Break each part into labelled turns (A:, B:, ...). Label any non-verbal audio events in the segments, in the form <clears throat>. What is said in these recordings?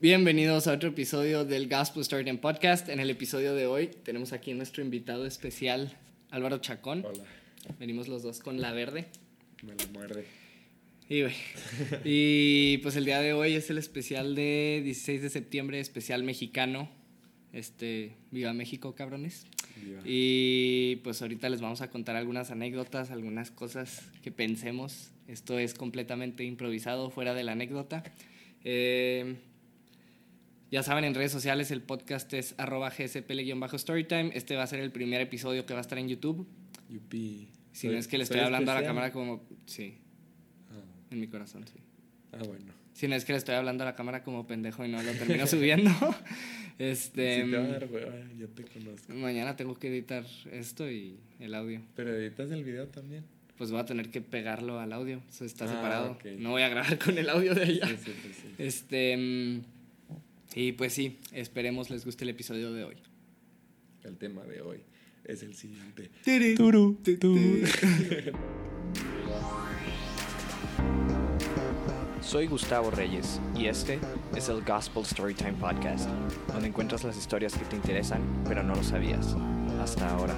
A: Bienvenidos a otro episodio del Gospel Starting Podcast. En el episodio de hoy tenemos aquí nuestro invitado especial, Álvaro Chacón.
B: Hola,
A: Venimos los dos con la verde.
B: me la muerde.
A: Y, güey, y, pues el día de hoy es el especial de 16 de septiembre, especial mexicano. Este, viva México, cabrones.
B: Viva.
A: Y pues ahorita les vamos a contar algunas anécdotas, algunas cosas que pensemos. Esto es completamente improvisado, fuera de la anécdota. Eh, ya saben, en redes sociales el podcast es arroba gspl-storytime. Este va a ser el primer episodio que va a estar en YouTube.
B: Yupi.
A: Si
B: Soy-
A: no es que le
B: soy
A: estoy hablando a la
B: especial.
A: cámara como... Sí,
B: Ah,
A: en mi corazón, sí.
B: ah, bueno.
A: Si no es que le estoy hablando a la cámara como pendejo y no lo
B: <laughs>
A: termino subiendo. Este,
B: si Pues te va a dar hueva, yo te conozco.
A: mañana tengo que editar esto y el audio.
B: Pero editas el video
A: <laughs>
B: también.
A: Pues voy a tener que pegarlo al audio. Eso está
B: Ah,
A: separado.
B: ok.
A: No voy a grabar con el audio de allá.
B: Sí, sí, sí, sí.
A: Este. mm, Y pues sí, esperemos les guste el episodio de hoy.
B: El tema de hoy es el siguiente.
A: Turu, tu, tu.
C: Soy Gustavo Reyes y este es el Gospel Storytime Podcast, donde encuentras las historias que te interesan pero no lo sabías. Hasta ahora.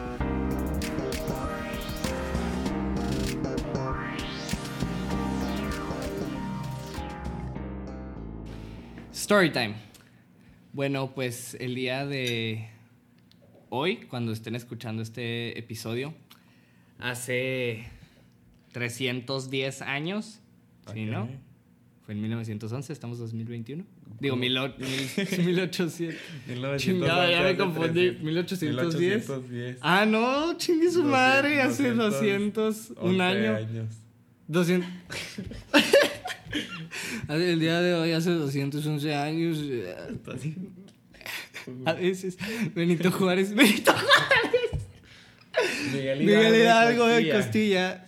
A: Storytime. Bueno, pues el día de hoy, cuando estén escuchando este episodio, hace 310 años, <laughs> ¿sí, no?
B: Ok.
A: Fue en 1911, estamos 2021. Digo, mil o- mil- <laughs> 1800.
B: 1911
A: Chingada, ya me
B: hace
A: confundí.
B: 300.
A: 1810.
B: 1810.
A: Ah, no, chingue su madre, hace 200,
B: 200,
A: un
B: 11
A: año.
B: años.
A: 200. el día de hoy, <laughs> hace 211 años. eh, A veces, Benito Juárez, <laughs> Benito
B: <laughs> Miguel
A: Miguel Hidalgo de
B: Costilla,
A: Costilla.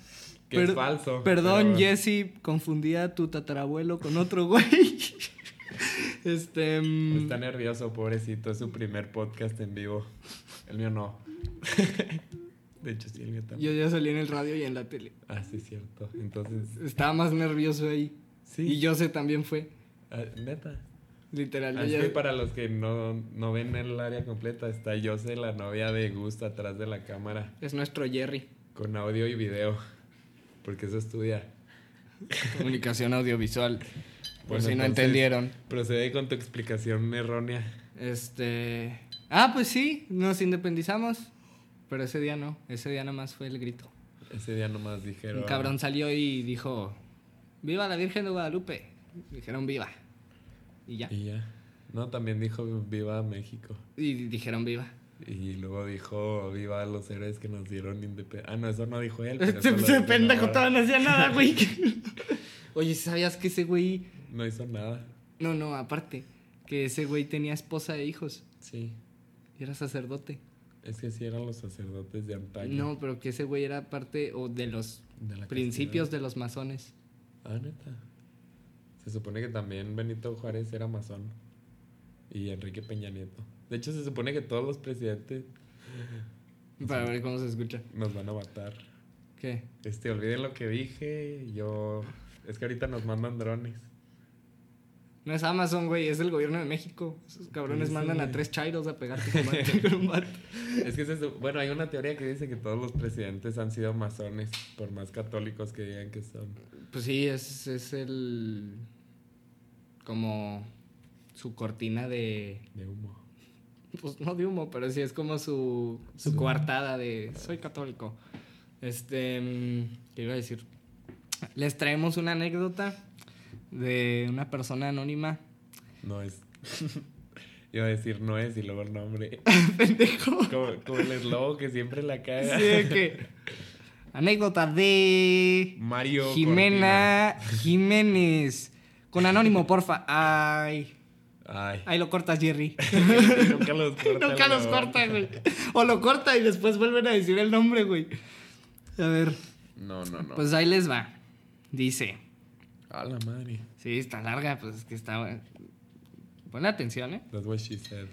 B: Que es
A: Per-
B: falso.
A: Perdón,
B: pero-
A: Jesse, confundía a tu tatarabuelo con otro güey. <laughs> Este. mm,
B: Pues Está nervioso, pobrecito. Es su primer podcast en vivo. El mío no. <laughs> De hecho, sí, el mío también.
A: Yo ya salí en el radio y en la tele.
B: Ah, sí, cierto. Entonces,
A: Estaba más nervioso ahí.
B: sí.
A: Y yo sé también fue.
B: Ah, Neta.
A: Literal. yo
B: Así
A: ya-
B: que para los que no, no ven el área completa, está Jose, la novia de Gust, atrás de la cámara,
A: Es nuestro Jerry.
B: con audio y video. Porque eso estudia.
A: Comunicación audiovisual. Por
B: Bueno,
A: si no
B: entonces,
A: entendieron.
B: Procede con tu explicación errónea.
A: Este. Ah, pues sí, nos independizamos. Pero ese día no. Ese día nada más fue el grito.
B: Ese día nomás dijeron.
A: Un cabrón salió y dijo: ¡Viva la Virgen de Guadalupe! Dijeron: ¡Viva! Y ya.
B: Y ya. No, también dijo Viva México.
A: Y dijeron: ¡Viva!
B: Y luego dijo, viva los héroes que nos dieron independencia. Ah, no, eso no dijo
A: <laughs>
B: él. pero
A: Este
B: eso lo
A: ese
B: dijo
A: pendejo
B: ahora.
A: todavía no hacía nada, <laughs> güey. Oye, ¿sabías que ese güey.?
B: No hizo nada.
A: No, no, aparte. Que ese güey tenía esposa e hijos.
B: Sí.
A: Y era sacerdote.
B: Es que sí eran los sacerdotes de antaño.
A: No, pero que ese güey era parte o de los
B: de la
A: principios
B: castidad.
A: de los masones.
B: Ah, neta. Se supone que también Benito Juárez era masón. Y Enrique Peña Nieto. De hecho, se supone que todos los presidentes
A: Para ver cómo se escucha.
B: nos van a matar.
A: ¿Qué?
B: Este, olviden lo que dije. Yo. Es que ahorita nos mandan drones.
A: No es Amazon, güey, es el gobierno de México. Esos cabrones
B: Pues Sí,
A: mandan a
B: güey.
A: tres chairos a
B: <laughs>
A: pegarte con mate- con un vato.
B: Es que se su- bueno, hay una teoría que dice que todos los presidentes han sido masones, por más católicos que digan que son.
A: Pues sí, es, es el. como. su cortina de.
B: De humo.
A: pues no de humo, pero sí es como su, su
B: Su-
A: coartada de soy católico. Este, mm, ¿qué iba a decir? Les traemos una anécdota de una persona anónima.
B: No es. Iba a decir no es y luego el nombre.
A: <laughs> Pendejo.
B: Como, como el eslobo que siempre la caga.
A: Sí, de que- Anécdota de
B: Mario.
A: Jimena Jiménez. Con anónimo, porfa. Ay,
B: Cortina. Ay.
A: ahí lo cortas, Jerry.
B: <laughs> Nunca los
A: <laughs>
B: corta.
A: Nunca
B: el
A: los
B: huevón.
A: corta, güey. O lo corta y después vuelven a decir el nombre, güey. A ver.
B: No, no, no.
A: Pues ahí les va. Dice.
B: A la madre.
A: Sí, está larga, pues es que está. Pon atención, ¿eh?
B: That's what she said.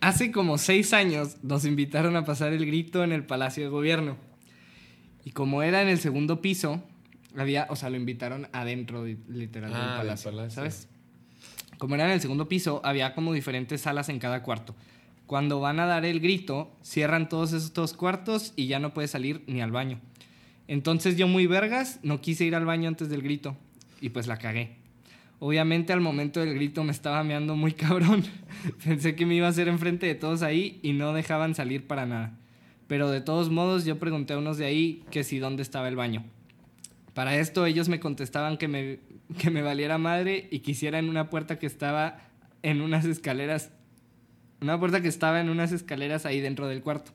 A: Hace como seis años nos invitaron a pasar el grito en el Palacio de Gobierno. Y como era en el segundo piso, Había, o sea, lo invitaron adentro, li- literal, del
B: Ah, del
A: palacio,
B: palacio.
A: ¿sabes? Como era en el segundo piso, había como diferentes salas en cada cuarto. Cuando van a dar el grito, cierran todos esos dos cuartos y ya no puedes salir ni al baño. Entonces yo muy vergas, no quise ir al baño antes del grito y pues la cagué. Obviamente al momento del grito me estaba meando muy cabrón. <laughs> Pensé que me iba a hacer enfrente de todos ahí y no dejaban salir para nada. Pero de todos modos yo pregunté a unos de ahí que si dónde estaba el baño. Para esto ellos me contestaban que me, que me valiera madre y quisieran una puerta que estaba en unas escaleras. Una puerta que estaba en unas escaleras ahí dentro del cuarto.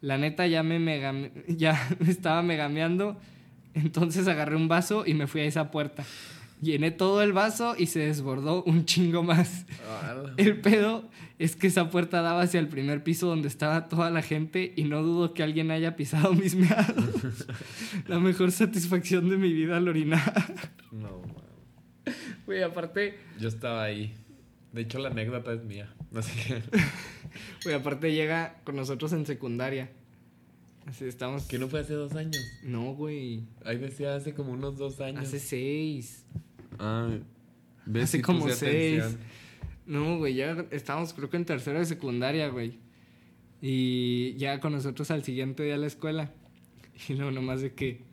A: La neta ya me mega, <laughs> ya me estaba megameando. Entonces agarré un vaso y me fui a esa puerta. Llené todo el vaso y se desbordó un chingo más. El pedo es que esa puerta daba hacia el primer piso donde estaba toda la gente y no dudo que alguien haya pisado mis
B: <laughs>
A: meados. la mejor satisfacción de mi vida al orinar.
B: No, mames.
A: Güey, aparte,
B: Yo estaba ahí. De hecho, la anécdota es mía. Así que,
A: güey, aparte llega con nosotros en secundaria. Así estamos.
B: que no fue hace dos años.
A: No, güey.
B: Ahí decía hace como unos dos años.
A: Hace seis.
B: Ah, ves
A: hace
B: si
A: como
B: puse
A: seis.
B: atención.
A: No, güey, ya estábamos creo que en tercero de secundaria, güey. Y ya con nosotros al siguiente día a la escuela. <laughs> Y luego nomás de que,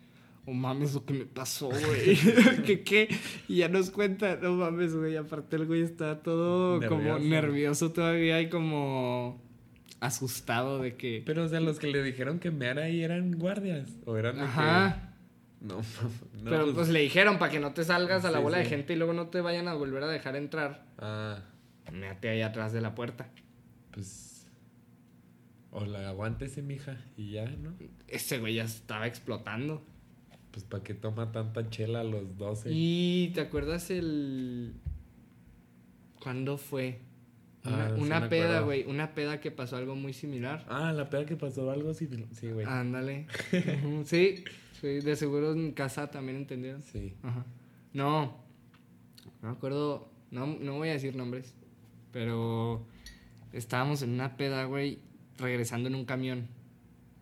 A: oh mames, lo que me pasó, güey. <laughs> que qué. Y ya nos cuenta, no mames, güey. Aparte el güey está todo como
B: Nervioso.
A: nervioso todavía y como asustado de que...
B: Pero, o sea, los que le dijeron que me ahí eran guardias. O eran. de que-
A: Ajá.
B: No, <laughs> no.
A: Pero pues le dijeron para que no te salgas a la
B: Sí,
A: bola de
B: sí.
A: gente y luego no te vayan a volver a dejar entrar.
B: Ah,
A: Méate ahí atrás de la puerta.
B: pues. Hola, aguántese, mija. Y ya, ¿no?
A: Ese güey ya estaba explotando.
B: Pues, ¿para qué toma tanta chela a los 12?
A: ¿Y te acuerdas el. ¿Cuándo fue? Una,
B: Ah, sí
A: una
B: me
A: peda,
B: acuerdo.
A: güey. Una peda que pasó algo muy similar.
B: Ah, la peda que pasó algo así. Sí, güey.
A: Ah.
B: <laughs>
A: Ándale. Ujú, sí, sí, de seguro en casa también entendieron.
B: Sí.
A: Ajá. No. No me acuerdo. No, no voy a decir nombres. Pero estábamos en una peda, güey, regresando en un camión.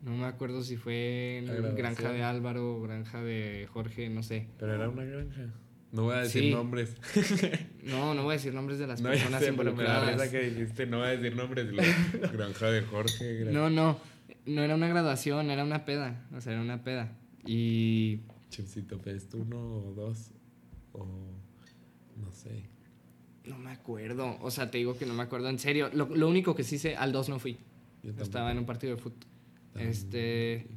A: No me acuerdo si fue en
B: La graduación.
A: granja de Álvaro o granja de Jorge, no sé.
B: Pero era una granja. No voy a decir
A: Sí.
B: nombres.
A: No, no voy a decir nombres de las
B: No, ya
A: personas
B: sé, pero me da
A: involucradas.
B: risa que dijiste, no voy a decir nombres. y
A: <laughs>
B: luego, granja de Jorge. gran-
A: No, no. No era una graduación, era una peda. O sea, era una peda. Y.
B: Chipsito Fest uno o dos. O. No sé.
A: No me acuerdo. O sea, te digo que no me acuerdo. En serio. Lo, lo único que sí sé, al 2 no fui.
B: Yo tampoco.
A: Estaba en un partido de fútbol.
B: También,
A: Este.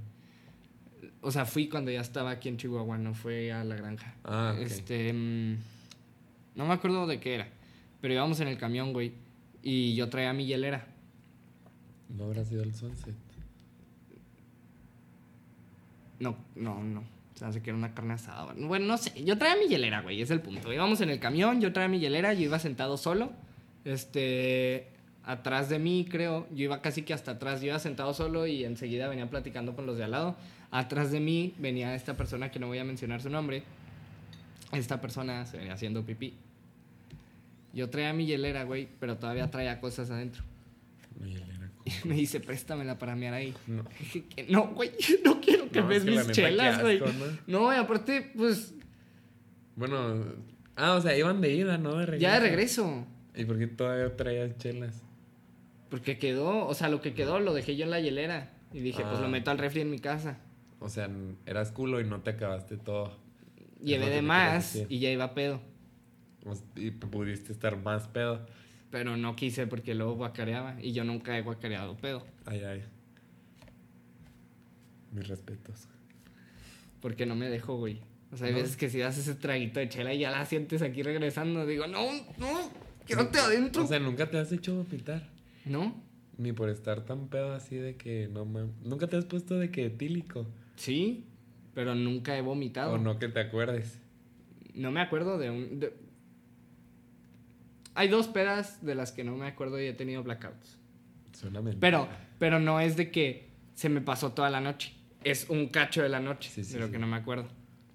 A: O sea, fui cuando ya estaba aquí en Chihuahua, no fue a la granja.
B: Ah, ok.
A: Este. mm, No me acuerdo de qué era. Pero íbamos en el camión, güey. Y yo traía mi hielera.
B: No habrá sido el sunset.
A: No, no, no. Se hace que era una carne asada. Bueno, no sé. Yo traía mi hielera, güey. Es el punto. Íbamos en el camión, yo traía mi hielera, yo iba sentado solo. Este. Atrás de mí, creo. Yo iba casi que hasta atrás. Yo iba sentado solo y enseguida venía platicando con los de al lado. Atrás de mí venía esta persona que no voy a mencionar su nombre. Esta persona se venía haciendo pipí. Yo traía mi hielera, güey, pero todavía traía cosas adentro. <laughs>
B: Mi hielera con-
A: Y me dice, préstamela para mear ahí.
B: <laughs> No.
A: Dije que no, güey, <laughs> no quiero que
B: No,
A: ves
B: es que la
A: mis
B: neta, qué
A: chelas, güey.
B: asco, ¿no?
A: No, y aparte, pues,
B: Bueno. Ah, o sea, iban de ida, ¿no? De
A: ya de regreso.
B: ¿Y por qué todavía traías chelas?
A: Porque quedó, o sea, lo que quedó lo dejé yo en la hielera. Y dije, pues
B: Ah.
A: lo meto al refri en mi casa.
B: O sea, n- eras culo y no te acabaste todo.
A: Llevé
B: lo que
A: de
B: me
A: más
B: quieres decir.
A: y ya iba pedo.
B: O s- Y pudiste estar más pedo.
A: Pero no quise porque luego guacareaba. Y yo nunca he guacareado pedo.
B: Ay, ay. Mis respetos.
A: Porque no me dejo, güey. O sea, hay
B: No.
A: veces que si das ese traguito de chela y ya la sientes aquí regresando. Digo, no, no, quédate adentro.
B: O sea, nunca te has hecho vomitar.
A: ¿No?
B: Ni por estar tan pedo así de que no mames. Nunca te has puesto de que etílico.
A: Sí, pero nunca he vomitado.
B: O no que te acuerdes.
A: No me acuerdo de un. de- Hay dos pedas de las que no me acuerdo y he tenido blackouts.
B: Suena mentira.
A: Pero, pero no es de que se me pasó toda la noche. Es un cacho de la noche,
B: Sí, sí,
A: de lo
B: sí.
A: que no me acuerdo.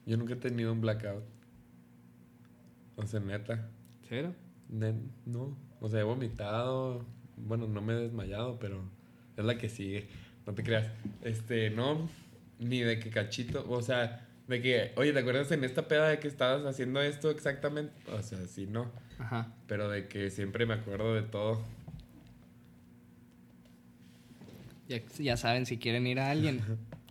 B: Yo nunca he tenido un blackout. O sea, neta.
A: ¿Cero?
B: ne- no. O sea, he vomitado. Bueno, no me he desmayado, pero es la que sigue. No te creas. Este, no. Ni de que cachito. O sea, De que, oye, ¿te acuerdas en esta peda de que estabas haciendo esto exactamente? O sea, sí, no.
A: Ajá.
B: Pero de que siempre me acuerdo de todo.
A: Ya, ya saben, si quieren ir a <laughs> alguien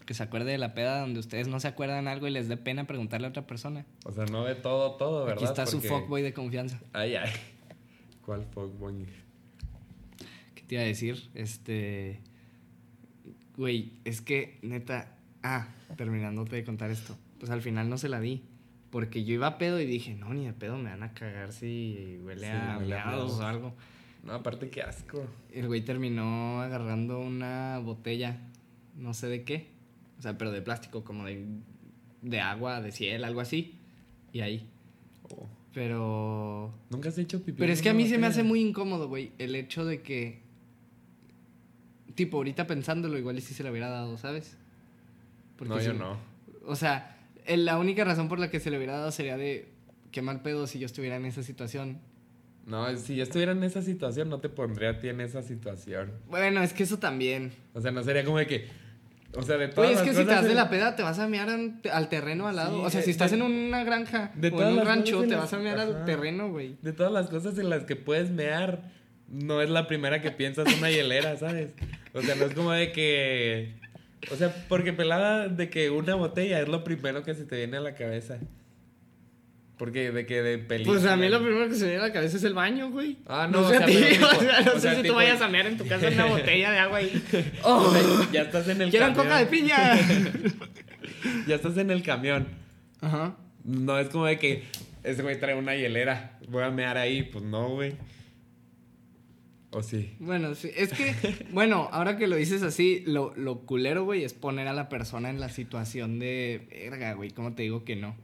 A: que se acuerde de la peda donde ustedes no se acuerdan algo y les dé pena preguntarle a otra persona.
B: O sea, no de todo, todo, ¿verdad?
A: Aquí está su
B: Porque-
A: fuckboy de confianza.
B: Ay, ay. ¿Cuál fuckboy?
A: ¿Qué te iba a decir? Este. Güey, es que, neta. Ah, terminándote de contar esto. Pues al final no se la di. Porque yo iba a pedo y dije, no, ni de pedo me van a cagar si huele
B: Sí,
A: a
B: huele a
A: meados
B: meados.
A: o algo.
B: No, aparte, qué asco.
A: El güey terminó agarrando una botella, no sé de qué. O sea, pero de plástico, como de, de agua, de ciel, algo así. Y ahí.
B: Oh.
A: Pero.
B: Nunca has hecho pipí.
A: Pero
B: en
A: es que a
B: una
A: mí se me
B: botella?
A: hace muy incómodo, güey, el hecho de que. Tipo, ahorita pensándolo, igual y si se le hubiera dado, ¿sabes? Porque
B: No, yo
A: sí-
B: no.
A: O sea, eh, la única razón por la que se le hubiera dado sería de. Qué mal pedo si yo estuviera en esa situación.
B: No, si yo estuviera en esa situación, no te pondría a ti en esa situación.
A: Bueno, es que eso también.
B: O sea, no sería como de que. O sea, de todas
A: Oye, es
B: las
A: que si te
B: cosas
A: das de
B: en-
A: la peda, te vas a mear an- al terreno al lado.
B: Sí,
A: o sea,
B: de-
A: si estás
B: de-
A: en una granja
B: de
A: o
B: todas
A: en un
B: las
A: rancho,
B: cosas en
A: te
B: las-
A: vas a mear al
B: Ajá.
A: terreno, güey.
B: De todas las cosas en las que puedes mear, no es la primera que piensas una hielera, ¿sabes? O sea, no es como de que. O sea, porque pelada de que una botella es lo primero que se te viene a la cabeza. Porque de que de película.
A: Pues a mí lo primero que se me viene a la cabeza es el baño, güey.
B: Ah, no,
A: no
B: o
A: sé, a
B: sea,
A: ti,
B: pero tipo-
A: <laughs> o sea, no
B: o sea,
A: sé si tú
B: tipo-
A: vayas a mear
B: <laughs>
A: en tu casa una botella de agua y.
B: O
A: ¡Oh! <laughs>
B: sea, ya estás en el
A: ¡Quieran
B: camión.
A: coca de
B: <laughs>
A: piña!
B: Ya estás en el camión.
A: Ajá.
B: No es como de que ese güey trae una hielera. Voy a mear ahí. Pues no, güey. O sí.
A: Bueno, sí, es que, bueno, ahora que lo dices así, lo, lo culero, güey, es poner a la persona en la situación de, verga, güey, ¿cómo te digo que no?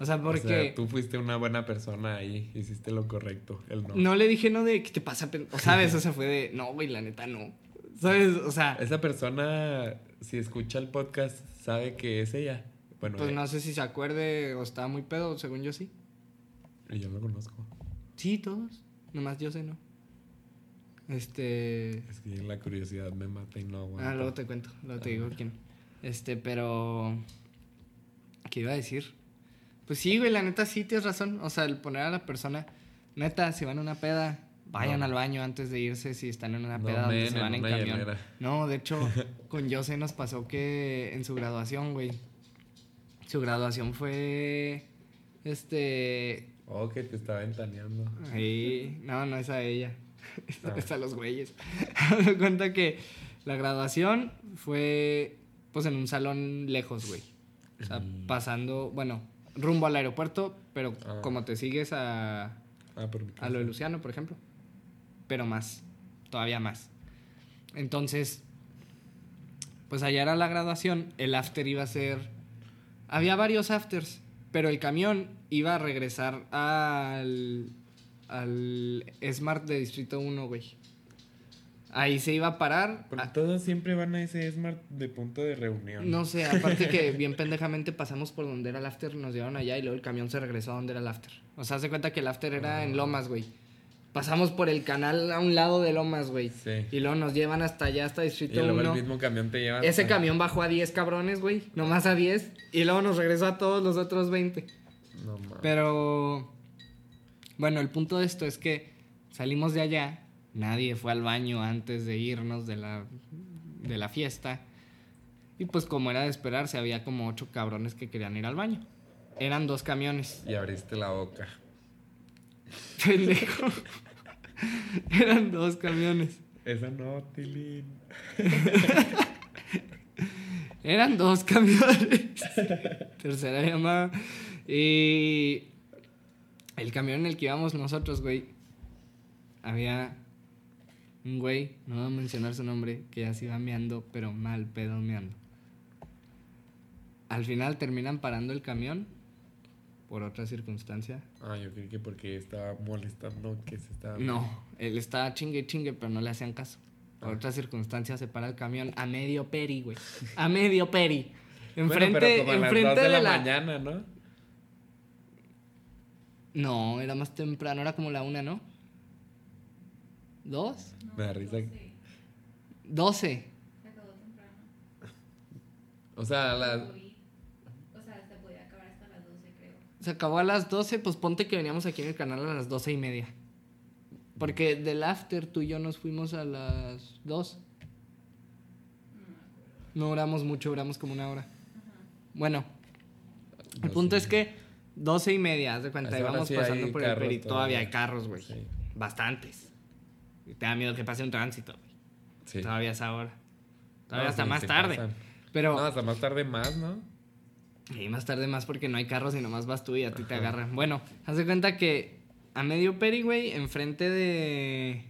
A: O sea, porque...
B: O sea, tú fuiste una buena persona ahí, hiciste lo correcto, el no.
A: No le dije no de que te pasa, pen-?" o sabes, o sea, fue de, no, güey, la neta no. ¿Sabes? O sea,
B: Esa persona, si escucha el podcast, sabe que es ella. Bueno,
A: pues
B: eh,
A: no sé si se acuerde o estaba muy pedo, según yo sí.
B: y yo lo conozco.
A: Sí, todos. Nomás yo sé, no. Este.
B: Es que la curiosidad me mata y no aguanto.
A: Ah, luego te cuento, luego te digo quién. Este, pero. ¿Qué iba a decir? Pues sí, güey, la neta sí tienes razón. O sea, el poner a la persona. Neta, si van a una peda, vayan
B: No.
A: al baño antes de irse si están en una
B: No
A: peda donde
B: meen
A: se
B: en
A: van en
B: una
A: camión.
B: hielera.
A: No, de
B: <laughs>
A: hecho, con Jose nos pasó que en su graduación, güey. Su graduación fue. Este.
B: Oh, que te está ventaneando.
A: Sí, no, no es a ella. <laughs>
B: Ah.
A: Es a los güeyes. <laughs> Me doy cuenta que la graduación fue pues en un salón lejos, güey. O sea,
B: Mm.
A: pasando, bueno, rumbo al aeropuerto, pero
B: Ah.
A: como te sigues a,
B: Ah, por mi
A: a
B: casa.
A: lo de Luciano, por ejemplo. Pero más, todavía más. Entonces, pues allá era la graduación, el after iba a ser... Había varios afters, pero el camión iba a regresar al, al Smart de Distrito 1, güey. Ahí se iba a parar.
B: Porque
A: a-
B: todos siempre van a ese Smart de punto de reunión.
A: Ah. no sé, aparte que bien pendejamente pasamos por donde era el after, nos llevaron allá y luego el camión se regresó a donde era el after. O sea, se cuenta que el after era en Lomas, güey. Pasamos por el canal a un lado de Lomas, güey.
B: Sí.
A: Y luego nos llevan hasta allá, hasta
B: Y
A: Distrito
B: luego el
A: 1.
B: mismo camión te lleva.
A: Ese
B: hasta-
A: camión bajó a 10 cabrones, güey. Nomás a 10. Y luego nos regresó a todos los otros 20.
B: No mames.
A: Pero. Bueno, el punto de esto es que salimos de allá. Nadie fue al baño antes de irnos de la, de la fiesta. Y pues, como era de esperarse, había como ocho cabrones que querían ir al baño. Eran dos camiones. <laughs>
B: Y abriste la boca.
A: Pendejo. Eran dos camiones.
B: Esa no, Tilín.
A: Eran dos camiones. Tercera llamada. Y el camión en el que íbamos nosotros, güey. Había un güey, no voy a mencionar su nombre, que ya se iba meando, pero mal pedo meando. Al final terminan parando el camión por otra circunstancia.
B: Ah, yo creí que porque estaba molestando que se estaba.
A: No, él estaba chingue y chingue, pero no le hacían caso.
B: Ah.
A: Por otras circunstancias se para el camión a medio peri, güey. A medio peri.
B: Bueno,
A: Enfrente,
B: pero como a las
A: enfrente de,
B: dos de la,
A: la...
B: mañana, ¿no?
A: No, era más temprano, era como la una, ¿no? ¿Dos?
B: Me da risa.
A: Doce.
D: Se acabó temprano.
B: O sea, a las.
D: O sea, hasta
A: se acabó a las 12, pues ponte que veníamos aquí en el canal a las 12 y media. Porque del after tú y yo nos fuimos a las 2. No oramos mucho, oramos como una hora. Bueno, el
B: Doce
A: punto
B: y
A: es que 12 y media, haz de
B: A
A: cuenta,
B: esa hora
A: íbamos
B: sí hay
A: pasando por el
B: carros
A: perito, todavía hay
B: todavía.
A: carros, güey.
B: Sí.
A: Bastantes. Y te da miedo que pase un tránsito, güey.
B: Sí.
A: Todavía es ahora. Todavía
B: No,
A: hasta
B: sí,
A: más
B: sí
A: tarde.
B: pasan.
A: Pero
B: No, hasta más tarde más, ¿no?
A: y más tarde más porque no hay carros y nomás vas tú y a ti te agarran. Bueno, haz de cuenta que a medio peri, güey, enfrente de...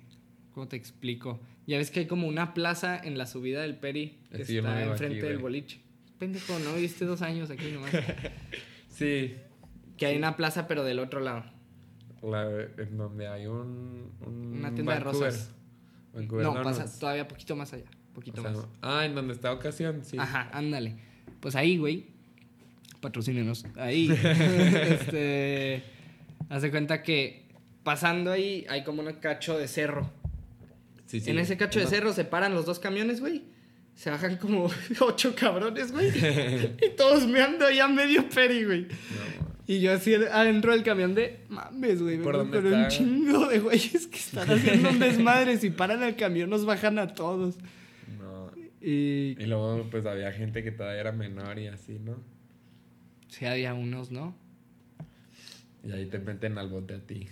A: ¿Cómo te explico? Ya ves que hay como una plaza en la subida del peri.
B: Es que yo no
A: está
B: vivo
A: enfrente
B: aquí,
A: del
B: güey.
A: boliche. Pendejo, ¿no viste dos años aquí nomás? <laughs>
B: Sí.
A: que hay una plaza pero del otro lado.
B: La, en donde hay un, un
A: Una tienda de
B: Vancouver.
A: rosas.
B: Vancouver,
A: no,
B: no,
A: pasa
B: no.
A: todavía poquito más allá. Poquito
B: O sea,
A: más.
B: ah, en donde está ocasión, sí.
A: Ajá, ándale. Pues ahí, güey. Patrocínenos.
B: <laughs>
A: Ahí. este. Haz de cuenta que pasando ahí hay como un cacho de cerro.
B: Sí, sí.
A: En ese cacho de
B: No,
A: cerro se paran los dos camiones, güey. Se bajan como <laughs> ocho cabrones,
B: <laughs>
A: güey. y todos meando ahí a medio peri, güey.
B: no,
A: Y yo así adentro del camión de mames, güey.
B: ¿Por
A: vengo
B: dónde
A: con un
B: está?
A: chingo de güeyes que están haciendo un desmadre. Si paran el camión, nos bajan a todos.
B: no.
A: Y.
B: Y luego, pues había gente que todavía era menor y así, ¿no?
A: Sí, había unos, ¿no?
B: Y ahí te meten al bote a ti.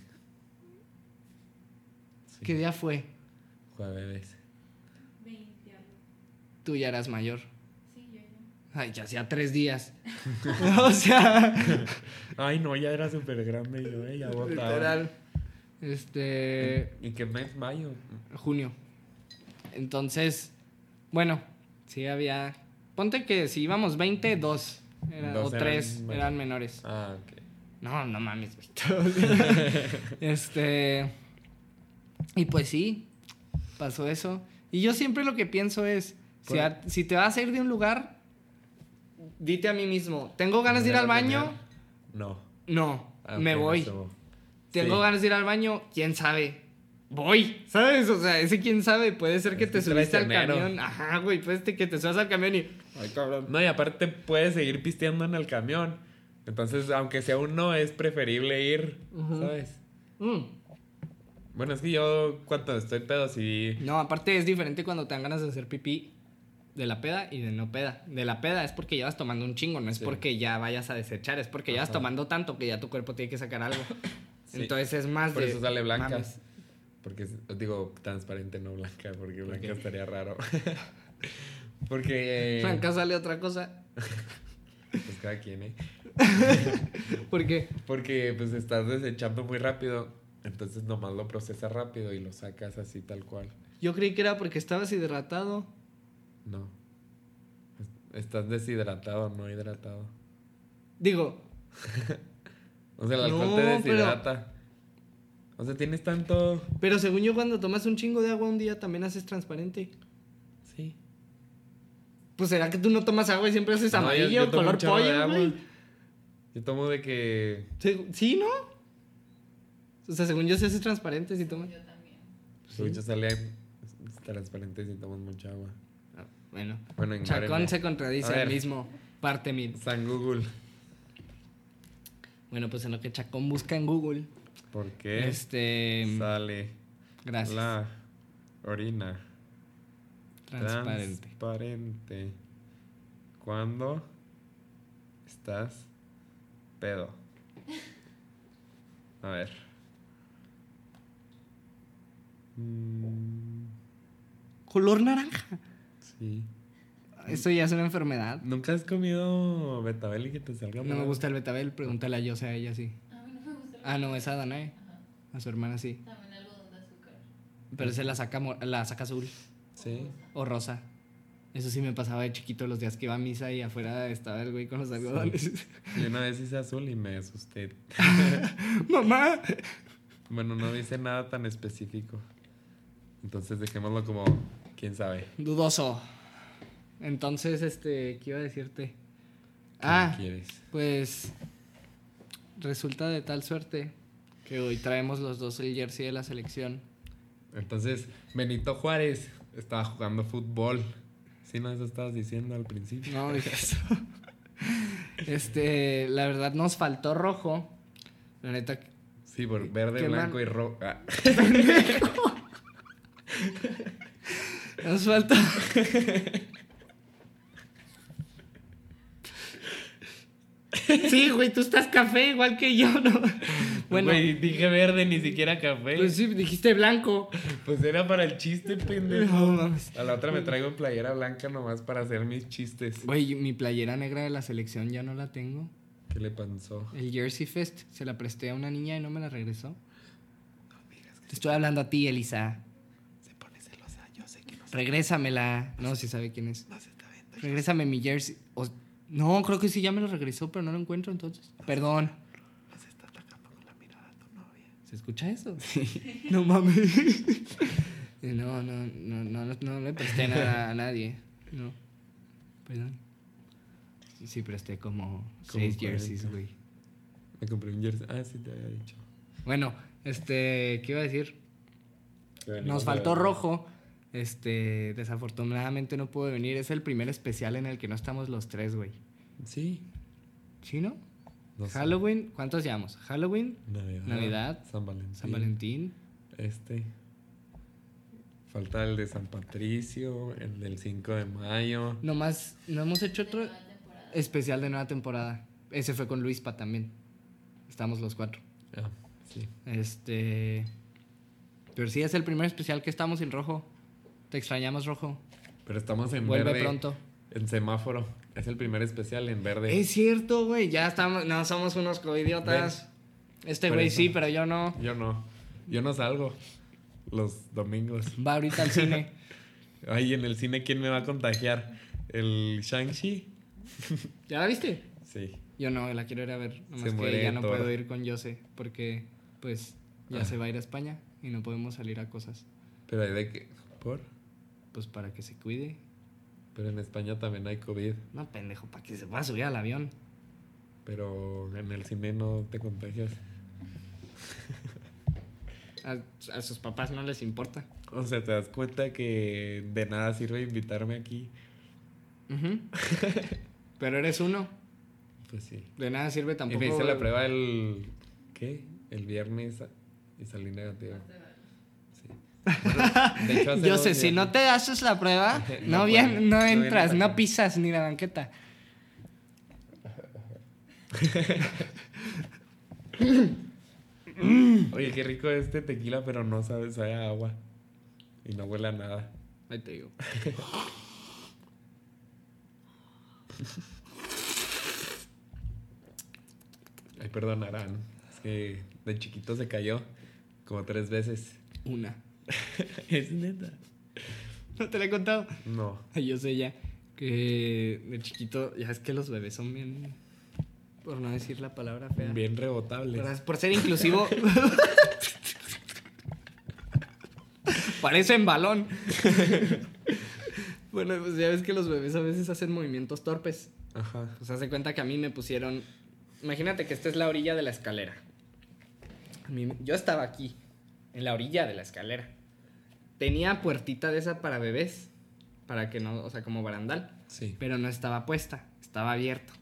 B: Sí,
A: ¿Qué día fue?
B: Jueves.
D: 20 algo.
A: Tú ya eras mayor.
D: Sí, yo ya.
A: Ay, ya hacía tres
D: <laughs>
A: días. <laughs> o sea,
B: Ay, no, ya era súper grande y yo, eh, ya votaba.
A: literal. Este.
B: ¿Y qué mes? Mayo.
A: Junio. Entonces, bueno, sí había. Ponte que si íbamos 20, dos. era-
B: Dos
A: o
B: eran
A: tres
B: menores.
A: eran menores.
B: Ah, ok.
A: No, no mames,
B: <laughs>
A: güey. este. Y pues sí, pasó eso. Y yo siempre lo que pienso es: si,
B: Por-
A: a- si te vas a ir de un lugar, dite a mí mismo, ¿tengo ganas de ir al baño?
B: No.
A: No,
B: Ah,
A: me
B: ok, no
A: voy.
B: estuvo.
A: Tengo
B: Sí.
A: ganas de ir al baño, quién sabe. Voy, ¿sabes? O sea, ese quién sabe, puede ser que
B: Es
A: te
B: un
A: subiste al
B: traicionero.
A: camión. Ajá, güey, puede ser que te subas al camión y. Ay, cabrón.
B: No, y aparte puedes seguir pisteando en el camión. Entonces, aunque sea uno, es preferible ir,
A: Ujú.
B: ¿sabes?
A: Mm.
B: Bueno, es que yo cuando estoy pedo sí...
A: No, aparte es diferente cuando te dan ganas de hacer pipí de la peda y de no peda. De la peda es porque ya vas tomando un chingo, no es
B: Sí.
A: porque ya vayas a desechar, es porque ya vas
B: Ajá.
A: tomando tanto que ya tu cuerpo tiene que sacar algo.
B: <laughs> Sí.
A: Entonces es más
B: Por
A: de.
B: eso sale blanca.
A: mames.
B: Porque, es- digo, transparente, no blanca, porque blanca
A: Ok.
B: estaría raro. <laughs> porque...
A: Blanca sale otra cosa.
B: Pues cada quien, ¿eh?
A: Porque.
B: Porque pues estás desechando muy rápido. Entonces nomás lo procesas rápido y lo sacas así tal cual.
A: Yo creí que era porque estabas hidratado.
B: No. Estás deshidratado, no hidratado.
A: Digo,
B: O sea, el alcohol
A: No,
B: te
A: pero-
B: deshidrata. O sea, tienes tanto.
A: pero según yo cuando tomas un chingo de agua un día también haces transparente.
B: Sí.
A: Pues será que tú no tomas agua y siempre haces
B: No, yo-
A: amarillo,
B: yo tomo un
A: color
B: chorro de
A: pollo,
B: agua.
A: güey.
B: Yo tomo de que.
A: Se- Sí, ¿no? O sea, según yo se hace transparente si tomas.
D: Yo también.
B: Mucho Pues sale transparente si tomas mucha agua.
A: Ah, Bueno.
B: Bueno, en
A: Chacón se
B: A
A: contradice
B: ver.
A: el mismo. Parte mil.
B: San Google.
A: Bueno, pues en lo que Chacón busca en Google.
B: ¿Por qué
A: Este.
B: sale
A: Gracias.
B: la orina
A: transparente.
B: transparente cuando estás pedo? A ver. Mm,
A: Color naranja.
B: sí.
A: Eso ya es una enfermedad.
B: ¿Nunca has comido betabel y que te salga
A: No me
B: mal?
A: gusta el betabel. Pregúntale a yo, a ella sí.
D: A mí no me gusta. el-
A: Ah, no, es a Danae.
D: Ajá.
A: A su hermana sí.
D: También algodón de azúcar.
A: Pero se la saca, mo- la saca azul.
B: Sí.
A: O rosa. Eso sí me pasaba de chiquito los días que iba a misa y afuera estaba el güey con los algodones.
B: Y una vez hice azul y me asusté.
A: <laughs> Mamá.
B: Bueno, no dice nada tan específico. Entonces dejémoslo como, quién sabe.
A: Dudoso. Entonces, este, ¿qué iba a decirte?
B: ¿Qué
A: Ah,
B: quieres?
A: pues resulta de tal suerte que hoy traemos los dos el jersey de la selección.
B: Entonces, Benito Juárez estaba <laughs> jugando fútbol. Sí, no, eso estabas diciendo al principio.
A: No, dije eso. Este, la verdad nos faltó rojo. La neta,
B: Sí, por verde,
A: qué
B: blanco
A: mal.
B: y rojo. Ah,
A: nos faltó. <laughs> Sí, güey, tú estás café igual que yo, ¿no? <laughs> Bueno,
B: güey, dije verde, ni siquiera café.
A: pues
B: Pues,
A: sí, dijiste blanco.
B: era para el chiste,
A: No
B: pendejo.
A: mames.
B: A la otra me traigo en playera blanca nomás para hacer mis chistes.
A: Güey, mi playera negra de la selección ya no la tengo.
B: ¿Qué le pasó?
A: El Jersey Fest se la presté a una niña y no me la regresó. Te estoy hablando a ti, Elisa.
B: Se pone celosa, yo sé que no
A: Regrésamela. No, si sabe quién es.
B: se está viendo.
A: Regrésame mi jersey. O- No, creo que sí, ya me lo regresó, pero no lo encuentro entonces. Perdón. ¿Se escucha eso? <laughs> No mames. No, no, no, no, no, no le presté nada a nadie. No. Perdón. Sí, presté como seis
B: 40.
A: jerseys, güey.
B: Me compré un jersey. Ah, sí, te había dicho.
A: Bueno, este, ¿qué iba a decir?
B: Que venimos
A: Nos
B: de
A: faltó
B: verde.
A: rojo. Este, desafortunadamente no pudo venir. Es el primer especial en el que no estamos los tres, güey.
B: Sí.
A: ¿Sí, no?
B: No sé.
A: Halloween, ¿cuántos llevamos? Halloween,
B: Navidad.
A: Navidad,
B: San Valentín.
A: San Valentín.
B: Este. Falta el de San Patricio, el del 5 de mayo.
A: Nomás, no hemos hecho otro
D: Nueva temporada.
A: especial de nueva temporada. Ese fue con Luispa también. Estamos los cuatro.
B: Ah, sí.
A: Este. Pero sí, es el primer especial que estamos en rojo. Te extrañamos, rojo.
B: Pero estamos en
A: Vuelve
B: verde.
A: pronto.
B: En semáforo. Es el primer especial en verde.
A: Es cierto, güey. Ya estamos. No, somos unos covidiotas. Este
B: Por
A: güey
B: eso.
A: sí, pero yo no.
B: Yo no. Yo no salgo los domingos.
A: Va ahorita al
B: <laughs>
A: cine.
B: Ay, en el cine, ¿quién me va a contagiar? ¿El Shang-Chi?
A: ¿Ya la viste?
B: Sí.
A: Yo no, la quiero ir a ver. Nomás
B: Se
A: que
B: muere
A: ya no
B: Thor.
A: puedo ir con Jose porque, pues, ya
B: Ah.
A: se va a ir a España y no podemos salir a cosas.
B: Pero hay de qué. ¿Por?
A: Pues para que se cuide.
B: Pero en España también hay COVID.
A: No, pendejo, para que se pueda subir al avión.
B: Pero en el cine no te contagias.
A: A, a sus papás no les importa.
B: O sea, te das cuenta que de nada sirve invitarme aquí.
A: Ujú. <laughs> Pero eres uno.
B: Pues sí.
A: De nada sirve
B: Y
A: tampoco.
B: me hice la prueba el. ¿Qué? El viernes y salí negativo.
D: Este,
B: Sí. Bueno, de
A: <laughs>
B: hecho, hace
A: Yo
B: dos
A: sé, si
B: días-
A: no te haces la prueba, no,
B: <laughs> No
A: bien,
B: puedes,
A: no
B: no vienes
A: entras,
B: para
A: no
B: acá.
A: pisas ni la banqueta.
B: Oye, qué rico este tequila, pero no sabe, sabe a agua. Y no huele a nada.
A: Ahí te digo.
B: Ay, perdonarán. Es que de chiquito se cayó como tres veces.
A: Una.
B: <laughs> ¿Es neta?
A: No te la he contado.
B: No.
A: Ay, Yo sé ya que de chiquito, ya es que los bebés son bien, por no decir la palabra fea.
B: Bien rebotables.
A: Pero es Por ser
B: <laughs>
A: inclusivo. Parecen balón. <laughs> bueno, pues ya ves que los bebés a veces hacen movimientos torpes.
B: Ajá.
A: Pues hace cuenta que a mí me pusieron. Imagínate que esta es la orilla de la escalera. A mí- yo estaba aquí, en la orilla de la escalera. Tenía puertita de esa para bebés, para que no, o sea, como barandal
B: Sí.
A: pero no estaba puesta, estaba abierto.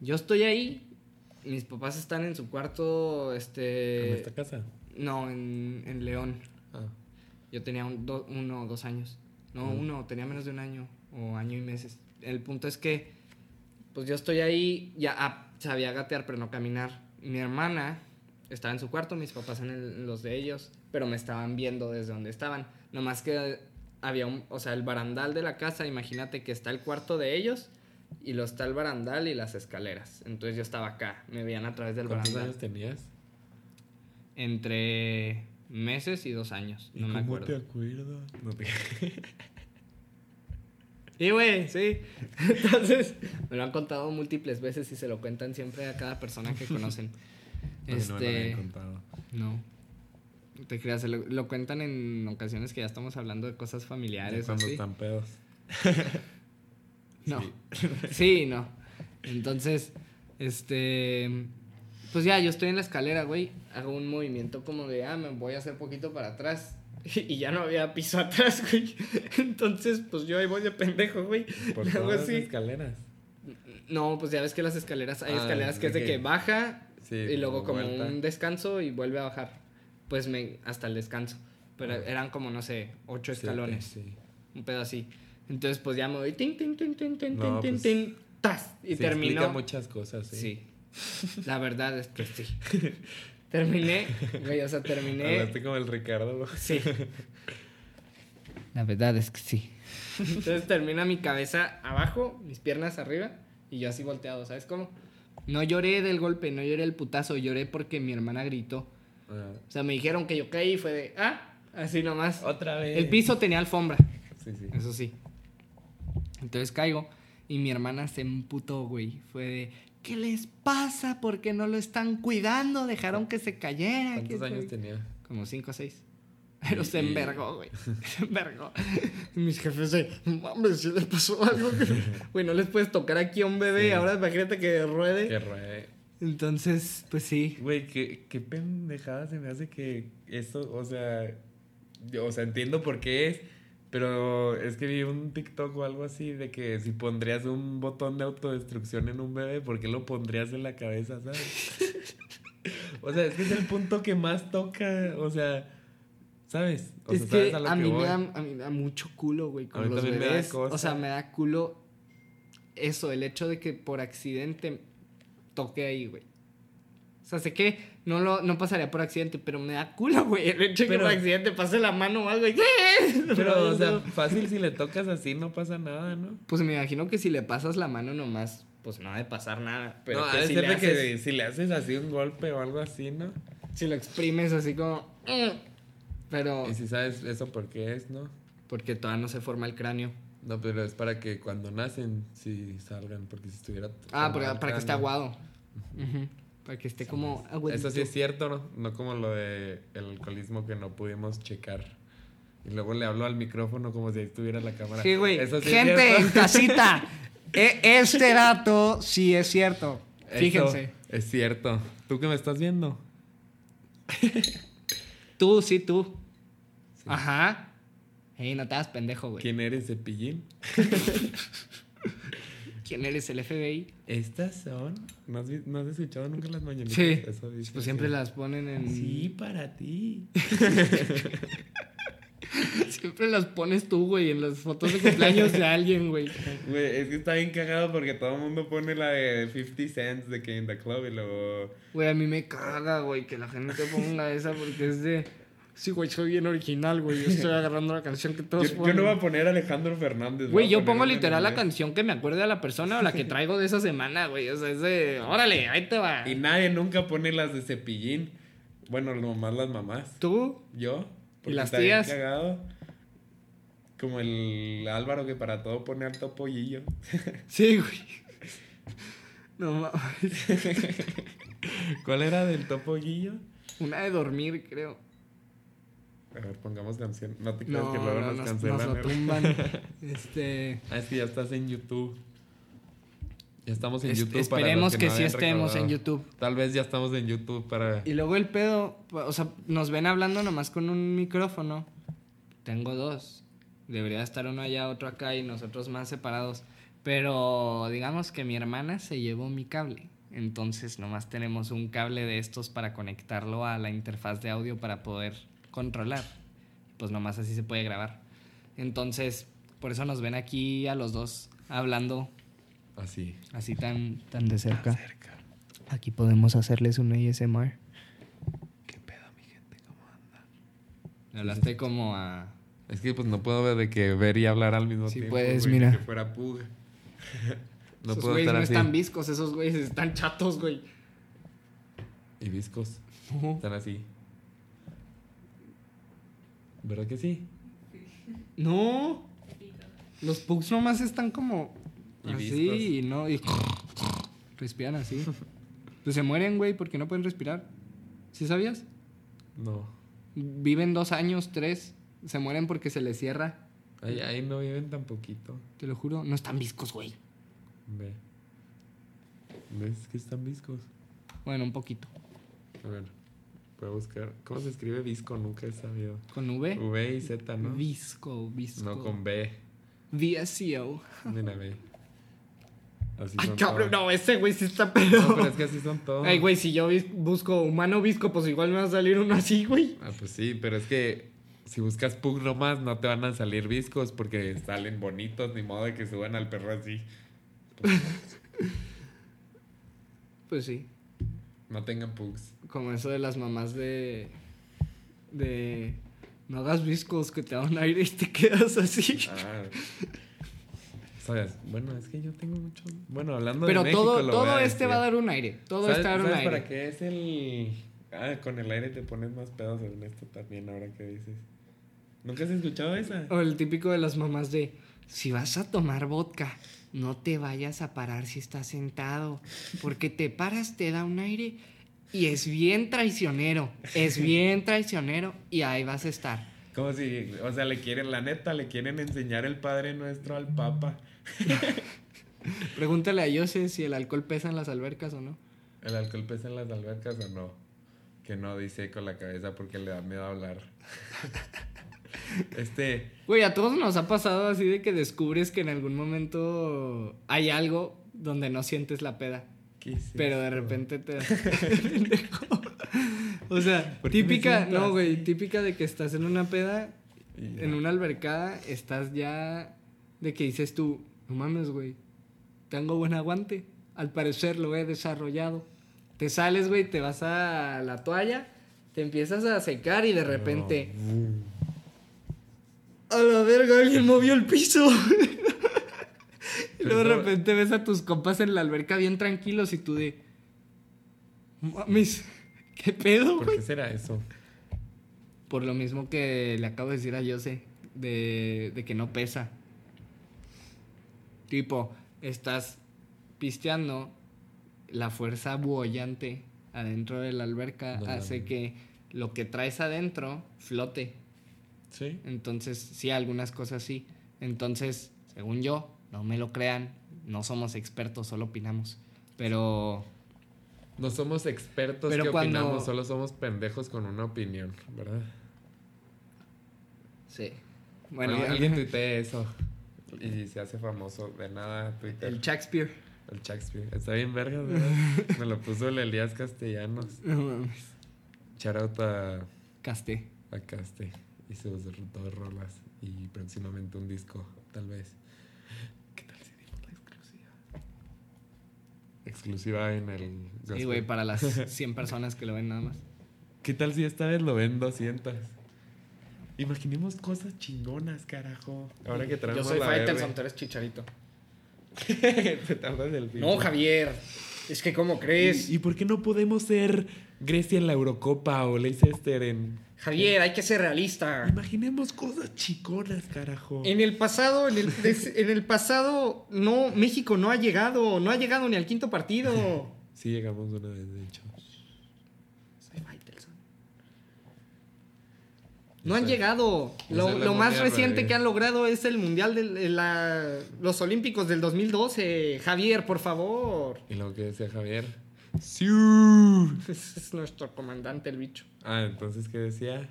A: Yo estoy ahí, mis papás están en su cuarto,
B: ¿En esta
A: este...
B: casa?
A: No, en, en León.
B: Ah.
A: Yo tenía un, do- uno o dos años. No,
B: Ujú.
A: uno, tenía menos de un año o año y meses. El punto es que, pues yo estoy ahí, ya ah, sabía gatear, pero no caminar. Mi hermana estaba en su cuarto, mis papás en, el- en los de ellos, pero me estaban viendo desde donde estaban. Nomás que había un, o sea, el barandal de la casa, imagínate que está el cuarto de ellos y lo está el barandal y las escaleras. Entonces yo estaba acá, me veían a través del
B: ¿Cuántos
A: barandal.
B: años tenías?
A: Entre meses y dos años, no me acuerdo.
B: acuerdas? No te... <laughs>
A: Y güey, sí. <laughs> Entonces, me lo han contado múltiples veces y se lo cuentan siempre a cada persona que
B: <laughs>
A: conocen.
B: Ay, No me lo
A: este,
B: habían contado.
A: no. No Te creas, se lo, lo cuentan en ocasiones que ya estamos hablando de cosas
B: Ya
A: familiares o
B: Cuando
A: así.
B: están pedos.
A: <laughs> No. Sí, no. Entonces, este. Pues ya, yo estoy en la escalera, güey. Hago un movimiento como de, ah, me voy a hacer poquito para atrás. <laughs> Y ya no había piso <laughs> atrás, güey. Entonces, pues yo ahí voy de pendejo, güey. <laughs>
B: Por
A: Le hago
B: todas las
A: así.
B: escaleras.
A: No, pues ya ves que las escaleras, hay
B: Ah,
A: escaleras que es de
B: ok.
A: que baja
B: Sí,
A: y luego como
B: vuelta.
A: un descanso y vuelve a bajar. Pues me, hasta el descanso. Pero
B: Ah.
A: eran como, no sé, ocho
B: Sí,
A: escalones.
B: sí.
A: Un pedo así. Entonces, pues ya me voy. Tin, tin, tin, tin, tin,
B: No,
A: tin,
B: pues,
A: tin, tas, y
B: Sí,
A: terminó.
B: explica muchas cosas, sí.
A: Sí. La verdad es que sí. <laughs> Terminé, güey, o sea,
B: <laughs>
A: terminé.
B: Hablaste como el Ricardo. güey.
A: Sí. <laughs> La verdad es que sí. Entonces termina mi cabeza abajo, mis piernas arriba y yo así volteado, ¿sabes cómo? No lloré del golpe, no lloré el putazo, lloré porque mi hermana gritó.
B: Ah,
A: O sea, me dijeron que yo caí y fue de, ah, así nomás.
B: <laughs> Otra vez.
A: El piso Ah, tenía alfombra.
B: Sí, sí.
A: Eso sí. Entonces caigo y mi hermana se emputó, güey. Fue de, ¿qué les pasa? ¿Por qué no lo están cuidando? Dejaron que se cayera.
B: ¿Cuántos
A: que-
B: años tenía?
A: Como 5 o 6. Pero se
B: Y-
A: envergó,
B: <laughs>
A: güey. <laughs> Se envergó. Y mis jefes de, mames, si le pasó algo. <laughs> Güey, no les puedes tocar aquí a un bebé.
B: Sí.
A: Ahora imagínate que ruede.
B: Qué ruede.
A: Entonces, pues sí.
B: Güey, qué, qué pendejada se me hace que esto, o sea, yo, o sea, entiendo por qué es, pero es que vi un TikTok o algo así de que si pondrías un botón de autodestrucción en un bebé, ¿por qué lo pondrías en la cabeza, sabes? <laughs> o sea, es que es el punto que más toca, o sea, ¿sabes? O
A: es
B: sea,
A: que,
B: ¿sabes lo
A: a, mí me
B: voy?
A: da, a mí me da mucho culo, güey,
B: A
A: con
B: mí
A: los
B: también me da
A: bebés.
B: cosa.
A: O sea, me da culo eso, el hecho de que por accidente toque ahí, güey. O sea, sé que no, lo, no pasaría por accidente, pero me da culo, güey. El hecho de que
B: Pero-
A: por accidente pase la mano o algo. y-
B: <laughs> <laughs> Pero, o sea, fácil si le tocas así no pasa nada, ¿no?
A: Pues me imagino que si le pasas la mano nomás, pues no ha de pasar nada. Pero
B: no,
A: que
B: ha de
A: si,
B: ser
A: le
B: de
A: haces-
B: que si le haces así un golpe o algo así, ¿no?
A: si lo exprimes así como... "Mm", Pero...
B: Y si sabes eso por qué es, ¿no?
A: Porque todavía no se forma el cráneo.
B: No, pero es para que cuando nacen sí salgan, porque si estuviera...
A: Ah, para,
B: formado
A: para que esté
B: cráneo.
A: aguado. Ujú. Para que esté como aguadito.
B: Eso sí es cierto, ¿no? No como lo de el alcoholismo que no pudimos checar. Y luego le habló al micrófono como si ahí estuviera la cámara.
A: Sí, güey.
B: Eso sí es
A: Gente en <laughs>
B: cierto.
A: casita. e- este dato sí es cierto.
B: Eso
A: Fíjense.
B: es cierto. ¿Tú que me estás viendo?
A: Tú, sí, tú. Ajá. Ey, no te hagas pendejo, güey. ¿Quién?
B: ¿Quién eres, cepillín?
A: eres el FBI?
B: Estas son... ¿No has, vi- no has escuchado nunca las mañanitas?
A: Sí.
B: Eso dice
A: Pues siempre
B: que-
A: las ponen en.
B: Sí, para ti.
A: Siempre las pones tú, güey, en las fotos de cumpleaños de alguien, güey.
B: Güey, es que está bien cagado porque todo el mundo pone la de 50 cents de que in the club y luego...
A: Güey, a mí me caga, güey, que la gente ponga esa porque es de. Sí, güey, soy bien original, güey. Yo estoy agarrando la canción que
B: Yo,
A: todos
B: yo
A: ponen.
B: no voy a poner Alejandro Fernández. voy
A: Güey,
B: a
A: yo
B: poner
A: pongo
B: una
A: literal la
B: mamada.
A: canción que me acuerde a la persona o la que traigo de esa semana, güey. O sea, es de. Órale, ahí te va.
B: Y nadie nunca pone las de cepillín. Bueno, nomás las mamás.
A: tú?
B: Yo. porque
A: las
B: está bien
A: tías?
B: cagado. Como el Álvaro que para todo pone alto pollillo.
A: Sí, güey. No mames.
B: ¿Cuál era del topollillo?
A: Una de dormir, creo.
B: A ver, pongamos canción. No te creas
A: No,
B: que luego
A: no,
B: nos
A: nos,
B: cancelan.
A: nos lo
B: ¿eh? <laughs>
A: tumban. Este.
B: Ah, es que ya estás en YouTube. Ya estamos en
A: es-
B: YouTube. para los
A: esperemos que,
B: no
A: sí
B: habían
A: estemos en
B: recordado.
A: YouTube.
B: Tal vez ya estamos en YouTube para.
A: Y luego el pedo, o sea, nos ven hablando nomás con un micrófono. Tengo dos. Debería estar uno allá, otro acá y nosotros más separados. Pero digamos que mi hermana se llevó mi cable. Entonces nomás tenemos un cable de estos para conectarlo a la interfaz de audio para poder controlar. Pues nomás así se puede grabar. Entonces, por eso nos ven aquí a los dos hablando
B: Así.
A: así tan, tan de cerca. Aquí podemos hacerles un ASMR.
B: ¿Qué pedo, mi gente? ¿Cómo anda?
A: Me hablaste como a.
B: Es que pues no puedo ver de que ver y hablar al mismo
A: Sí
B: tiempo.
A: puedes,
B: güey, de
A: mira.
B: Que fuera puga. <laughs> no
A: esos
B: puedo
A: güeyes
B: estar
A: no
B: así.
A: están viscos, esos güeyes están chatos, güey.
B: Y viscos. Están así. ¿Verdad que sí?
A: No,
D: Sí, todo.
A: los pugs nomás están como.
B: Y viscos.
A: así y no. Y <laughs> respiran así. Pues se mueren, güey, porque no pueden respirar. ¿Sí sabías?
B: No.
A: Viven dos años, tres. Se mueren porque se les cierra.
B: Ahí, ahí no viven tan poquito.
A: Te lo juro, no están viscos, güey.
B: Ve. ¿Ves que están viscos?
A: Bueno, un poquito.
B: A ver. Voy a buscar. ¿Cómo se escribe visco? Nunca he sabido.
A: Con V.
B: V y Z, ¿no?
A: Visco, visco.
B: No con B.
A: VSCO.
B: Mira, ve. Así
A: Ay,
B: son
A: cabrón,
B: todos.
A: no, ese güey sí está
B: No, pero
A: pedo.
B: es que así son todos.
A: Ay, güey, si yo bis- busco humano visco, pues igual me va a salir uno así, güey.
B: Ah, pues sí, pero es que si buscas Pug nomás no te van a salir viscos porque salen bonitos, ni modo de que suban al perro así.
A: Pues sí,
B: No tengan Pugs.
A: como eso de las mamás de. de. No hagas viscos que te dan aire y te quedas así.
B: Ah. ¿Sabes? Bueno, es que yo tengo mucho. Bueno, hablando
A: Pero
B: de México,
A: todo,
B: lo
A: todo
B: voy
A: este va a dar un aire. Todo
B: ¿Sabes,
A: este va a dar un
B: ¿sabes
A: aire.
B: para qué es el. Ah, con el aire te pones más pedos en esto también, ahora que dices. ¿Nunca has escuchado esa?
A: O el típico de las mamás de, si vas a tomar vodka, no te vayas a parar si estás sentado, porque te paras, te da un aire y es bien traicionero, es bien traicionero y ahí vas a estar.
B: Como si, o sea, le quieren, la neta, le quieren enseñar el Padre Nuestro al Papa.
A: Pregúntale a Jose si el alcohol pesa en las albercas o no.
B: ¿El alcohol pesa en las albercas o no? Que no dice con la cabeza porque le da miedo hablar. este,
A: Güey, a todos nos ha pasado así de que descubres que en algún momento hay algo donde no sientes la peda.
B: ¿qué hiciste?
A: Pero de repente te
B: <laughs>
A: das. Pendejo. <laughs> o sea,
B: ¿Por qué me
A: típica,
B: siento
A: no,
B: así?
A: güey, típica de que estás en una peda,
B: Y ya.
A: en una albercada, estás ya de que dices tú, no mames, güey, tengo buen aguante, al parecer lo he desarrollado. Te sales, güey, te vas a la toalla, te empiezas a secar y de repente,
B: uh,
A: a la verga, alguien movió el piso. <laughs> Y luego de
B: Pero-
A: repente ves a tus compas en la alberca bien tranquilos y tú de. Mames, ¿qué pedo,
B: ¿Por
A: güey?
B: qué será eso?
A: Por lo mismo que le acabo de decir a Jose, de, de que no pesa. Tipo, estás pisteando, la fuerza buoyante adentro de la alberca
B: No
A: hace
B: mames.
A: que lo que traes adentro flote.
B: Sí.
A: Entonces, sí, algunas cosas sí. Entonces, según yo, no me lo crean, no somos expertos, solo opinamos. Pero,
B: No somos expertos
A: Pero
B: que
A: cuando-
B: opinamos, solo somos pendejos con una opinión, ¿verdad?
A: sí. Bueno,
B: alguien,
A: el- <laughs>
B: alguien tuitee eso y se hace famoso de nada Twitter.
A: el
B: El,
A: Shakespeare.
B: Shakespeare. Está bien verga, ¿verdad?
A: <laughs>
B: Me lo puso el Elías Castellanos.
A: No mames.
B: Charota
A: Casté.
B: acá este y sus r- dos rolas y próximamente un disco tal vez qué tal si dimos la exclusiva exclusiva en el
A: Sí,
B: gospel.
A: güey, para las 100 personas que lo ven nada más.
B: qué tal si esta vez lo ven 200 imaginemos cosas chingonas carajo ahora que traemos la <laughs>
A: Faitelson,
B: verde.
A: eres Chicharito.
B: te tardas el fin.
A: Javier. Es que, ¿cómo
B: ¿Y, y por qué no podemos ser Grecia en la Eurocopa o Leicester en
A: Javier, hay que ser realista.
B: imaginemos cosas chingonas carajo
A: el pasado, Ah. en el, en el pasado, no, México no ha llegado, no ha llegado ni al quinto partido.
B: sí llegamos una vez de hecho
A: Soy Faitelson. No han
B: Esa-
A: llegado.
B: esa
A: Lo,
B: es la
A: lo más
B: moneda
A: reciente
B: radial.
A: que han logrado es el Mundial de la- los Olímpicos del 2012. Javier, por favor. <laughs>
B: y lo que decía Javier sí
A: Es nuestro comandante el bicho.
B: Ah, entonces, ¿qué decía?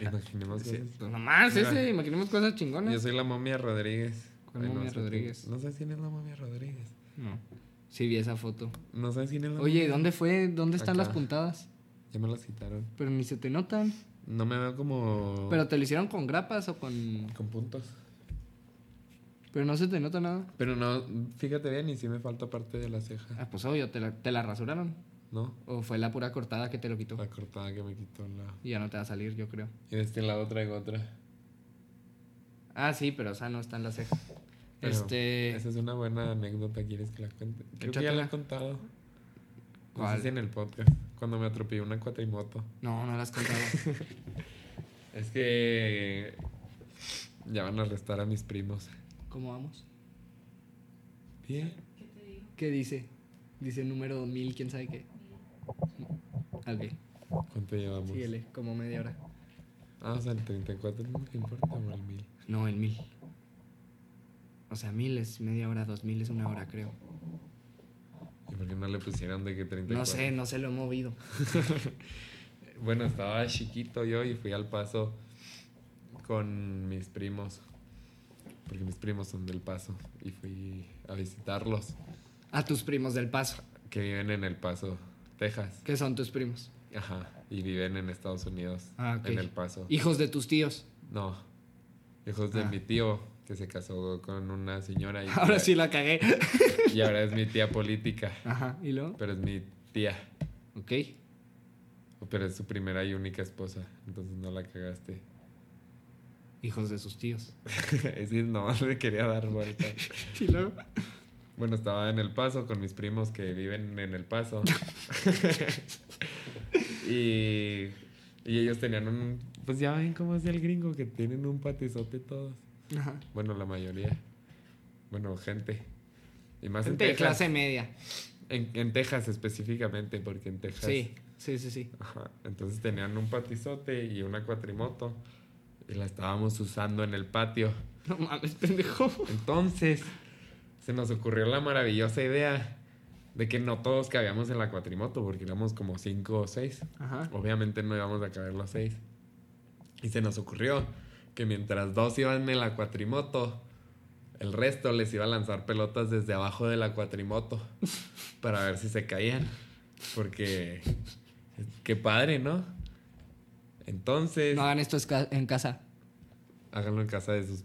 B: Imaginemos que...
A: Nomás
B: Mira.
A: Pues ese, imaginemos cosas
B: Yo
A: chingonas.
B: soy la momia Rodríguez.
A: ¿Cuál
B: no
A: momia
B: sé quién-
A: Rodríguez?
B: No sabes quién es la momia Rodríguez.
A: No. Sí, vi esa foto.
B: No sabes quién es la
A: Oye,
B: momia?
A: ¿dónde fue? ¿Dónde están
B: Acá.
A: las puntadas?
B: Ya me la citaron.
A: Pero ni se te notan.
B: No me veo como...
A: Pero te lo hicieron con grapas o con.
B: Con puntos.
A: Pero no se te nota nada.
B: Pero no, fíjate bien y sí me falta parte de la ceja.
A: Ah, pues obvio, te la, te la rasuraron.
B: ¿No?
A: O fue la pura cortada que te lo quitó.
B: La cortada que me quitó la...
A: Y ya no te va a salir, yo creo.
B: Y de este lado traigo otra.
A: Ah, sí, pero o sea, no está en la ceja.
B: Pero
A: este.
B: Esa es una buena anécdota, ¿quieres que la cuente? Creo que ya
A: Échatela.
B: la he contado. No
A: ¿Cuál?
B: sé si en el podcast. Cuando me atropelló una cuatrimoto.
A: No, no la has contado.
B: <laughs> Es que ya van a arrestar a mis primos.
A: ¿Cómo vamos?
B: Bien.
D: ¿Qué te digo?
A: ¿Qué dice? Dice número mil, quién sabe qué. Ok,
B: ¿Cuánto llevamos?
A: síguele, como media hora.
B: Ah, o sea, el 34 no que importa, o el 1000.
A: No, el mil. O sea, mil es media hora, dos mil es una hora, creo.
B: ¿Y por qué no le pusieron de que 34?
A: No sé, no se lo he movido.
B: Bueno, estaba chiquito yo y fui al paso con mis primos. porque mis primos son del Paso y fui a visitarlos,
A: A tus primos del paso.
B: que viven en El Paso, Texas.
A: ¿Qué son tus primos?
B: Ajá, y viven en Estados Unidos,
A: Ah, ok.
B: en El Paso.
A: Hijos de tus tíos. <laughs>
B: No, hijos de
A: Ah.
B: mi tío, que se casó con una señora y,
A: <laughs> Ahora sí la cagué.
B: y ahora es mi tía política,
A: Ajá, ¿y luego?
B: pero es mi tía,
A: Ok.
B: pero es su primera y única esposa, entonces no la cagaste.
A: Hijos de sus tíos.
B: <laughs> Es decir, no, le quería dar vuelta.
A: <laughs> ¿Y luego?
B: Bueno, estaba en El Paso con mis primos que viven en
A: <laughs>
B: El Paso. y, y ellos tenían un... Pues ya ven cómo es el gringo, que tienen un patizote todos.
A: Ajá.
B: Bueno, la mayoría. Bueno, gente. Y más
A: Gente
B: en
A: de
B: Texas.
A: clase media.
B: En, en Texas específicamente, porque en Texas...
A: Sí, sí, sí, sí.
B: Ajá. Entonces tenían un patizote y una cuatrimoto. Y la estábamos usando en el patio.
A: No mames, pendejo.
B: Entonces, se nos ocurrió la maravillosa idea de que no todos cabíamos en la cuatrimoto, porque éramos como cinco o seis.
A: Ajá.
B: Obviamente no íbamos a caber los seis. Y se nos ocurrió que mientras dos iban en la cuatrimoto, el resto les iba a lanzar pelotas desde abajo de la
A: <laughs>
B: cuatrimoto para ver si se caían. Porque, qué padre, ¿no? Entonces,
A: No hagan esto es ca- en <laughs> casa.
B: háganlo en casa de sus...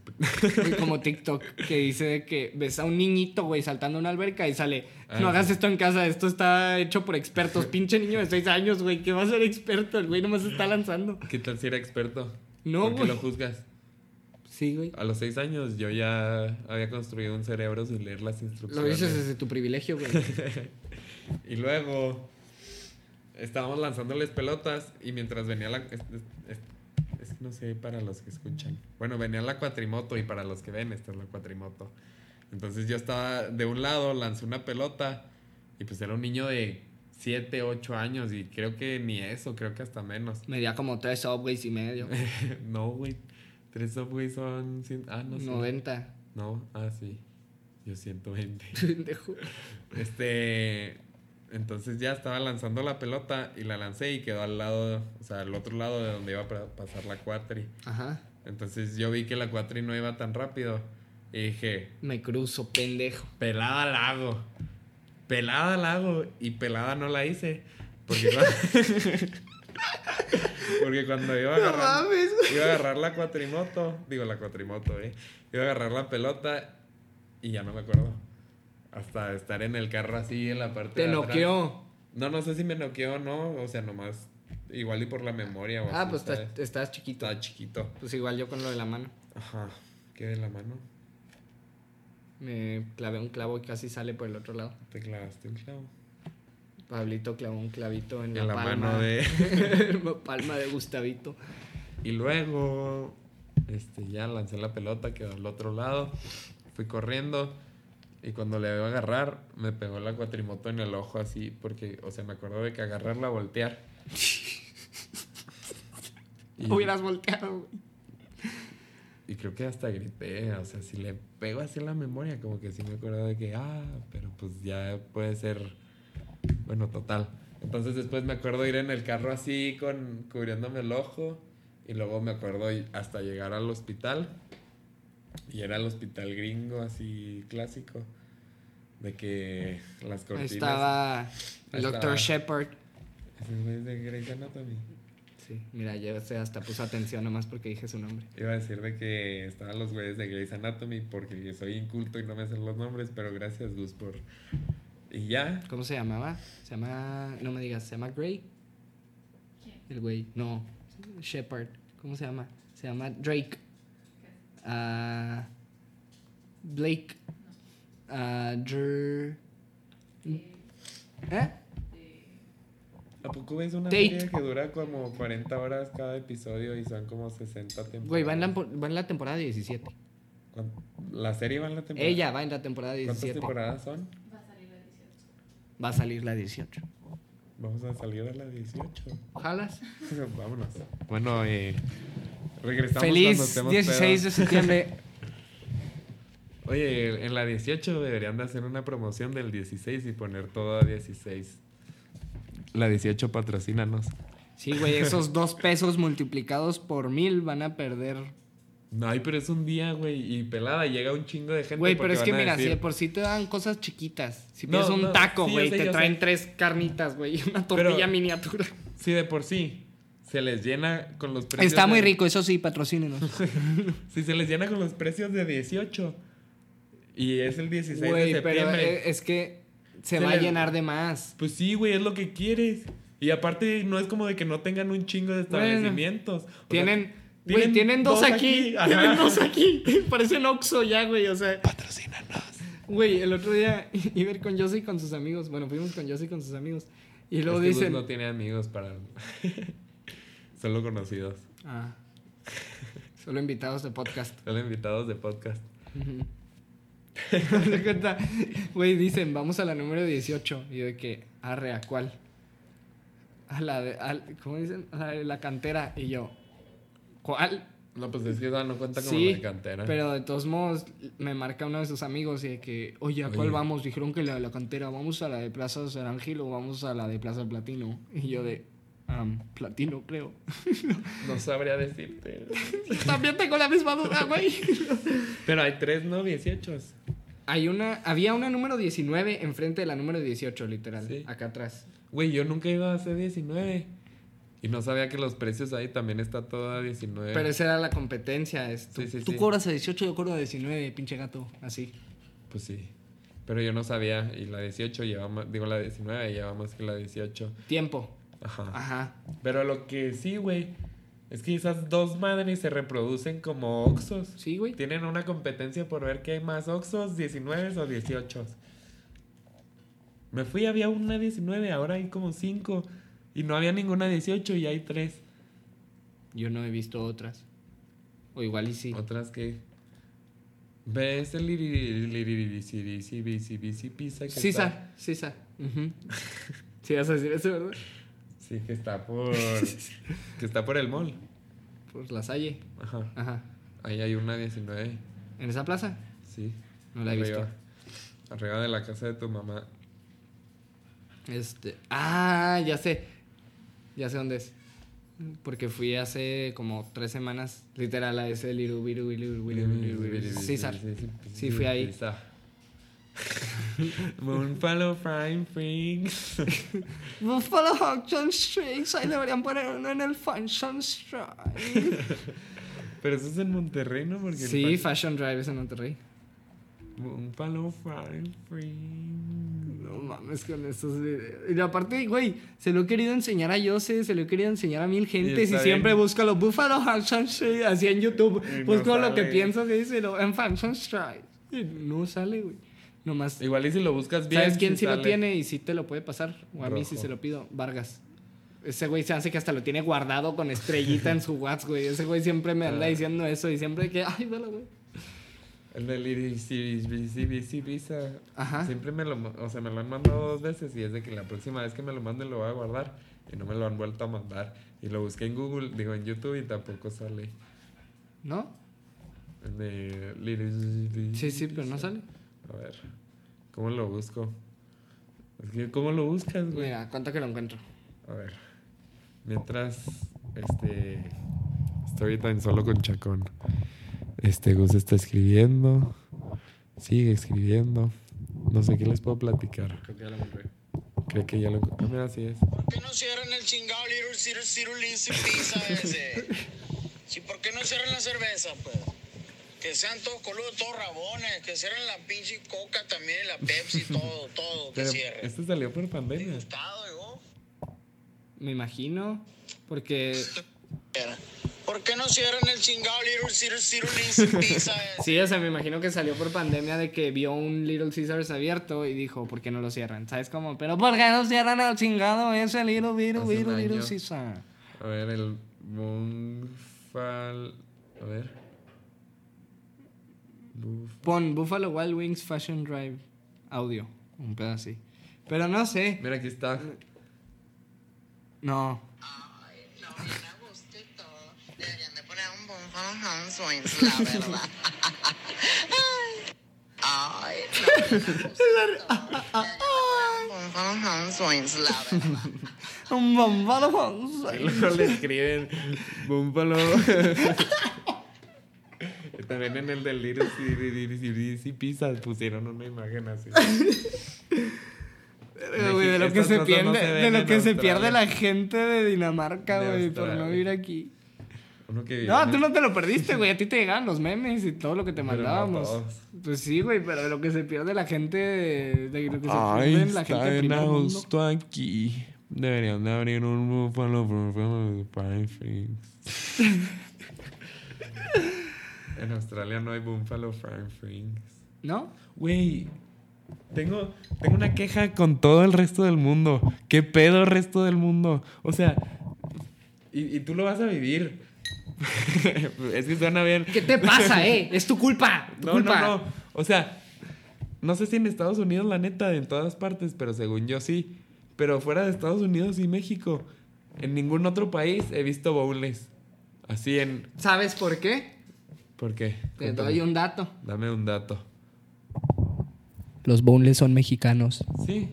A: Güey, como TikTok que dice de que ves a un niñito, güey, saltando a una alberca y sale,
B: Ah,
A: no hagas
B: sí.
A: esto en casa, esto está hecho por expertos. <laughs> Pinche niño de 6 años, güey, que va a ser experto, el güey nomás se está lanzando.
B: ¿Qué tal si era experto?
A: No,
B: ¿Por qué
A: güey.
B: lo juzgas?
A: Sí, güey.
B: A los seis años yo ya había construido un cerebro sin leer las
A: Lo
B: instrucciones.
A: dices desde tu privilegio, <laughs> güey.
B: <laughs> Y luego estábamos lanzándoles pelotas y mientras venía la... Es, es- es que no sé para los que escuchan. Bueno, venía la cuatrimoto y para los que ven, esta es la cuatrimoto. Entonces yo estaba de un lado, lancé una pelota y pues era un niño de 7, 8 años y creo que ni eso, creo que hasta menos. <laughs>
A: Medía como tres subways y <laughs> medio.
B: no, güey. Tres subways son... cien- Ah, no sé.
A: 90.
B: No, ah, sí. Yo 120.
A: Pendejo.
B: <laughs> Este. Entonces ya estaba lanzando la pelota y la lancé y quedó al lado, o sea, al otro lado de donde iba a pra- pasar la cuatri.
A: Ajá.
B: Entonces yo vi que la cuatri no iba tan rápido y dije,
A: Me cruzo, pendejo.
B: pelada la hago. Pelada la hago y pelada no la hice. Porque, cua- <laughs> porque cuando iba a agarrar,
A: mames,
B: iba a agarrar la cuatrimoto, digo la cuatrimoto, eh, iba a agarrar la pelota y ya no me acuerdo. Hasta estar en el carro así en la parte
A: Te
B: de atrás.
A: noqueó.
B: No, no sé si me noqueó o no, o sea, nomás igual y por la memoria o
A: Ah,
B: así,
A: pues estás,
B: ¿sabes?
A: estás chiquito.
B: estaba chiquito.
A: Pues igual yo con lo de la mano.
B: Ajá. ¿Qué de la mano?
A: Me clavé un clavo y casi sale por el otro lado.
B: Te clavaste un clavo.
A: Pablito clavó un clavito en,
B: En la
A: palma.
B: mano de-
A: <laughs> la palma de Gustavito.
B: Y luego, este, ya lancé la pelota, quedó al otro lado. Fui corriendo y cuando le veo agarrar, me pegó la cuatrimoto en el ojo así, porque, o sea, me acuerdo de que agarrarla, voltear. Y,
A: Hubieras volteado, güey.
B: y creo que hasta grité, o sea, si le pego así en la memoria, como que sí me acuerdo de que, ah, pero pues ya puede ser, bueno, total. Entonces después me acuerdo ir en el carro así, con, cubriéndome el ojo, y luego me acuerdo y- hasta llegar al hospital, y era el hospital gringo, así clásico, de que las
A: Ahí
B: cortinas...
A: estaba el
B: Ahí
A: doctor
B: estaba.
A: Shepard.
B: Ese güey de Grey's Anatomy.
A: Sí, mira, yo se hasta puso atención nomás porque dije su nombre.
B: Iba a decir de que estaban los güeyes de Grey's Anatomy porque yo soy inculto y no me hacen los nombres, pero gracias Gus por... Y ya,
A: ¿Cómo se llamaba? Se llama. No me digas, se llama Gray.
D: ¿Quién?
A: El güey. No, Shepard. ¿Cómo se llama? Se llama Drake. Ah, Blake. Ah, Dr-
D: De,
A: ¿Eh?
D: de-
B: ¿a poco ves una
A: Tate.
B: serie que dura como 40 horas cada episodio y son como 60 temporadas?
A: Güey, va en, la, va en la temporada 17.
B: ¿Cuán- ¿La serie va en la temporada?
A: Ella va en la temporada
B: ¿Cuántas
A: 17.
B: temporadas son?
D: va a salir
A: Va a salir la
D: la 18.
A: 18.
B: Vamos a salir a la 18.
A: ¿Jalas?
B: <laughs> Vámonos. Bueno, eh, regresamos cuando
A: Feliz
B: estemos
A: 16 de
B: pedos. <laughs>
A: septiembre.
B: Oye, en la 18 deberían de hacer una promoción del 16 y poner todo a 16. La 18 patrocínanos.
A: Sí, güey, esos dos pesos multiplicados por mil van a perder
B: No, ay, pero es un día, güey, y pelada, llega un chingo de gente.
A: Güey, pero
B: porque
A: es que
B: van a
A: mira, si
B: decir,
A: de por sí te dan cosas chiquitas. Si
B: No,
A: pides un
B: no,
A: taco,
B: sí,
A: güey,
B: yo sé,
A: te
B: yo
A: traen
B: sé.
A: tres carnitas, güey, <laughs> y una
B: Pero-
A: tortilla miniatura.
B: si de por sí se les llena con los precios.
A: Está muy
B: de-
A: rico, eso sí,
B: <laughs>
A: patrocínenos.
B: Si se les llena con los precios de 18 y es el 16
A: Güey,
B: de
A: pero
B: septiembre.
A: eh, es que se
B: Se
A: va a
B: les-
A: llenar de más.
B: Pues sí, güey, es lo que quieres. Y aparte, no es como de que no tengan un chingo de
A: Bueno.
B: establecimientos. O sea,
A: Tienen, güey, tienen dos, aquí.
B: Ajá.
A: <laughs> Tienen dos aquí. Parecen Oxxo ya, güey. O sea. Patrocínanos. Güey, el otro día <laughs> iba a ir con Josie y con sus amigos. Bueno, fuimos con Josie y con sus amigos. Y luego
B: Es que Gus
A: dicen.
B: no tiene amigos para. <laughs> Solo conocidos.
A: Ah. <laughs> Solo invitados de podcast. <laughs>
B: Solo invitados de podcast.
A: Ujú. ¿Te das cuenta? Güey, dicen, vamos a la número 18. Y yo de que, arre, ¿a cuál? A la de. al- ¿Cómo dicen? A la de la cantera. Y yo, ¿cuál?
B: No, pues es que esa no cuenta como
A: Sí,
B: de cantera.
A: Pero de todos modos, me marca uno de sus amigos y de que, oye, ¿a cuál
B: Oye.
A: vamos? Dijeron que la de la cantera, ¿vamos a la de Plaza San Ángel o vamos a la de Plaza Platino? Y yo de, am, Platino, creo.
B: No sabría decirte.
A: También tengo la misma duda, güey.
B: Pero hay tres, ¿no? 18.
A: Hay una, había una número 19 enfrente de la número 18, literal,
B: Sí.
A: acá atrás.
B: Güey, yo nunca iba a ser 19. Y no sabía que los precios ahí también está toda 19.
A: Pero esa era la competencia. Es, tú
B: Sí, sí,
A: tú
B: sí.
A: cobras a 18, yo cobro a 19, pinche gato, así.
B: Pues sí. Pero yo no sabía. Y la 18 lleva más, digo la 19 lleva más que la 18.
A: Tiempo.
B: Ajá.
A: Ajá.
B: Pero lo que sí, güey, es que esas dos madres se reproducen como oxos.
A: Sí, güey.
B: Tienen una competencia por ver qué hay más oxos, 19 o 18. Me fui, había una 19, ahora hay como 5. Y no había ninguna 18 y hay 3.
A: Yo no he visto otras. O igual y sí.
B: Otras que. ¿Ves el liriri- liriri- sirisi- bisi- bisi- pisa que está-
A: Sisa, Sisa. Ujú. <laughs> Sí, vas a decir eso, ¿verdad?
B: Sí, que está por. que está por el mall.
A: Por la Salle.
B: Ajá.
A: eh. Ajá.
B: Ahí hay una 19.
A: ¿En esa plaza?
B: Sí.
A: No la he
B: arriba,
A: visto.
B: Arriba de la casa de tu mamá.
A: Este. Ah, ya sé. Ya sé dónde es. Porque fui hace como tres semanas, literal, a ese Liru Biru Biru Biru Biru Biru César. Sí, fui ahí.
B: Pisa. Moonfallow Prime Freaks.
A: Buffalo Auction Streaks, ahí deberían poner uno en el Fashion Drive.
B: <laughs> Pero eso es en Monterrey, ¿no? Porque el
A: Sí,
B: fa-
A: Fashion Drive es en Monterrey.
B: Moonfallow Prime Freaks.
A: No mames con estos videos. Y aparte, güey, se lo he querido enseñar a Yose, se lo he querido enseñar a mil gentes y,
B: está
A: siempre
B: bien.
A: busca los Buffalo Action Street así en YouTube.
B: Y no
A: Busco lo que
B: sale.
A: piensas y díselo en Fashion Street. Y no sale, güey. Nomás.
B: Igual y si lo buscas bien.
A: ¿Sabes quién sí lo
B: sale.
A: tiene y sí te lo puede pasar? O a mí sí
B: Rojo.
A: se lo pido. Vargas. Ese güey se hace que hasta lo tiene guardado con estrellita en su WhatsApp, güey. Ese güey siempre me anda
B: Ah.
A: diciendo eso y siempre que, ay, velo, güey.
B: El del IDC, Visa.
A: Ajá.
B: Siempre me lo, ma- o sea, me lo han mandado dos veces y es de que la próxima vez que me lo manden lo voy a guardar y no me lo han vuelto a mandar. Y lo busqué en Google, digo en YouTube y tampoco sale.
A: ¿No?
B: El de Lil-
A: Sí, sí, pero no sale.
B: A ver, ¿cómo lo busco? Es que, ¿cómo lo buscas, güey?
A: Mira, cuánto que lo encuentro.
B: A ver. Mientras, este. Estoy tan solo con Chacón. Este Gus está escribiendo. Sigue escribiendo. No sé qué les puedo platicar.
A: Creo que ya lo encontré.
B: Creo que ya lo. Ah, mira, así es.
E: ¿Por qué no cierran el chingado Little Ciro Ciro Lindsay Pizza ese? Sí, ¿por qué no cierran la cerveza, pues? Que sean todos coludos, todos rabones, que cierren la pinche coca también, la Pepsi, todo, todo, que
B: Pero
E: cierren.
B: este salió por pandemia.
E: Disgustado, yo.
A: Me imagino, porque
E: ¿Por qué no cierran el chingado Little Ciro Ciro Lindsay Pizza ese?
A: sí, o sea, me imagino que salió por pandemia de que vio un Little Caesars abierto y dijo, ¿por qué no lo cierran? ¿Sabes cómo? Pero ¿por qué no cierran al chingado ese Little Little
B: Hace un
A: Little Little
B: año.
A: Caesar?
B: A ver, el. Moonfall. A ver. Buf-
A: Pon Buffalo Wild Wings Fashion Drive audio, un pedo así. Pero no sé,
B: Mira, aquí está.
A: no. <laughs>
E: Ay, no, bien a gusto y todo. Deberían de poner un Bonfon Hans Wings, la verdad. Ay, no, bien a gusto y todo. Deberían de poner un Bonfon Hans Wings, la verdad.
A: Un bombado.
B: Y luego le escriben Búfalo. <laughs> También en el del Little y Pizzas pusieron una imagen así.
A: Verga, güey, de lo que
B: Estas
A: se
B: cosas
A: pierde,
B: no se
A: de
B: ven
A: lo
B: en
A: que se
B: Australia.
A: pierde la gente de Dinamarca,
B: De
A: güey, por no
B: Australia.
A: vivir aquí.
B: Uno que
A: No,
B: viene-
A: tú no te lo
B: <laughs>
A: perdiste, güey. A ti te llegaban los memes y todo lo que te
B: Pero no
A: mandábamos.
B: todos.
A: pues sí, güey, pero de lo que se pierde la gente, de, de lo que se
B: Ay,
A: pierde la gente
B: Ah, está
A: de
B: bien
A: primer
B: a
A: mundo.
B: gusto aquí. Deberían de abrir un búfalo por favor, de Pine Flings. <laughs> en Australia no hay búfalo Pine Flings.
A: ¿No?
B: Güey, tengo, tengo una queja con todo el resto del mundo. ¿Qué pedo resto del mundo? O sea, y, y tú lo vas a vivir. <laughs> es que suena bien.
A: ¿Qué te pasa, eh? Es tu culpa. Tu
B: <laughs> No,
A: culpa.
B: no, no. O sea, no sé si en Estados Unidos, la neta, en todas partes, pero según yo sí. Pero fuera de Estados Unidos y México, en ningún otro país he visto bowls. Así en.
A: ¿Sabes por qué?
B: ¿Por qué?
A: Te
B: Cuéntame.
A: doy un dato.
B: Dame un dato.
A: Los boneless son mexicanos.
B: Sí.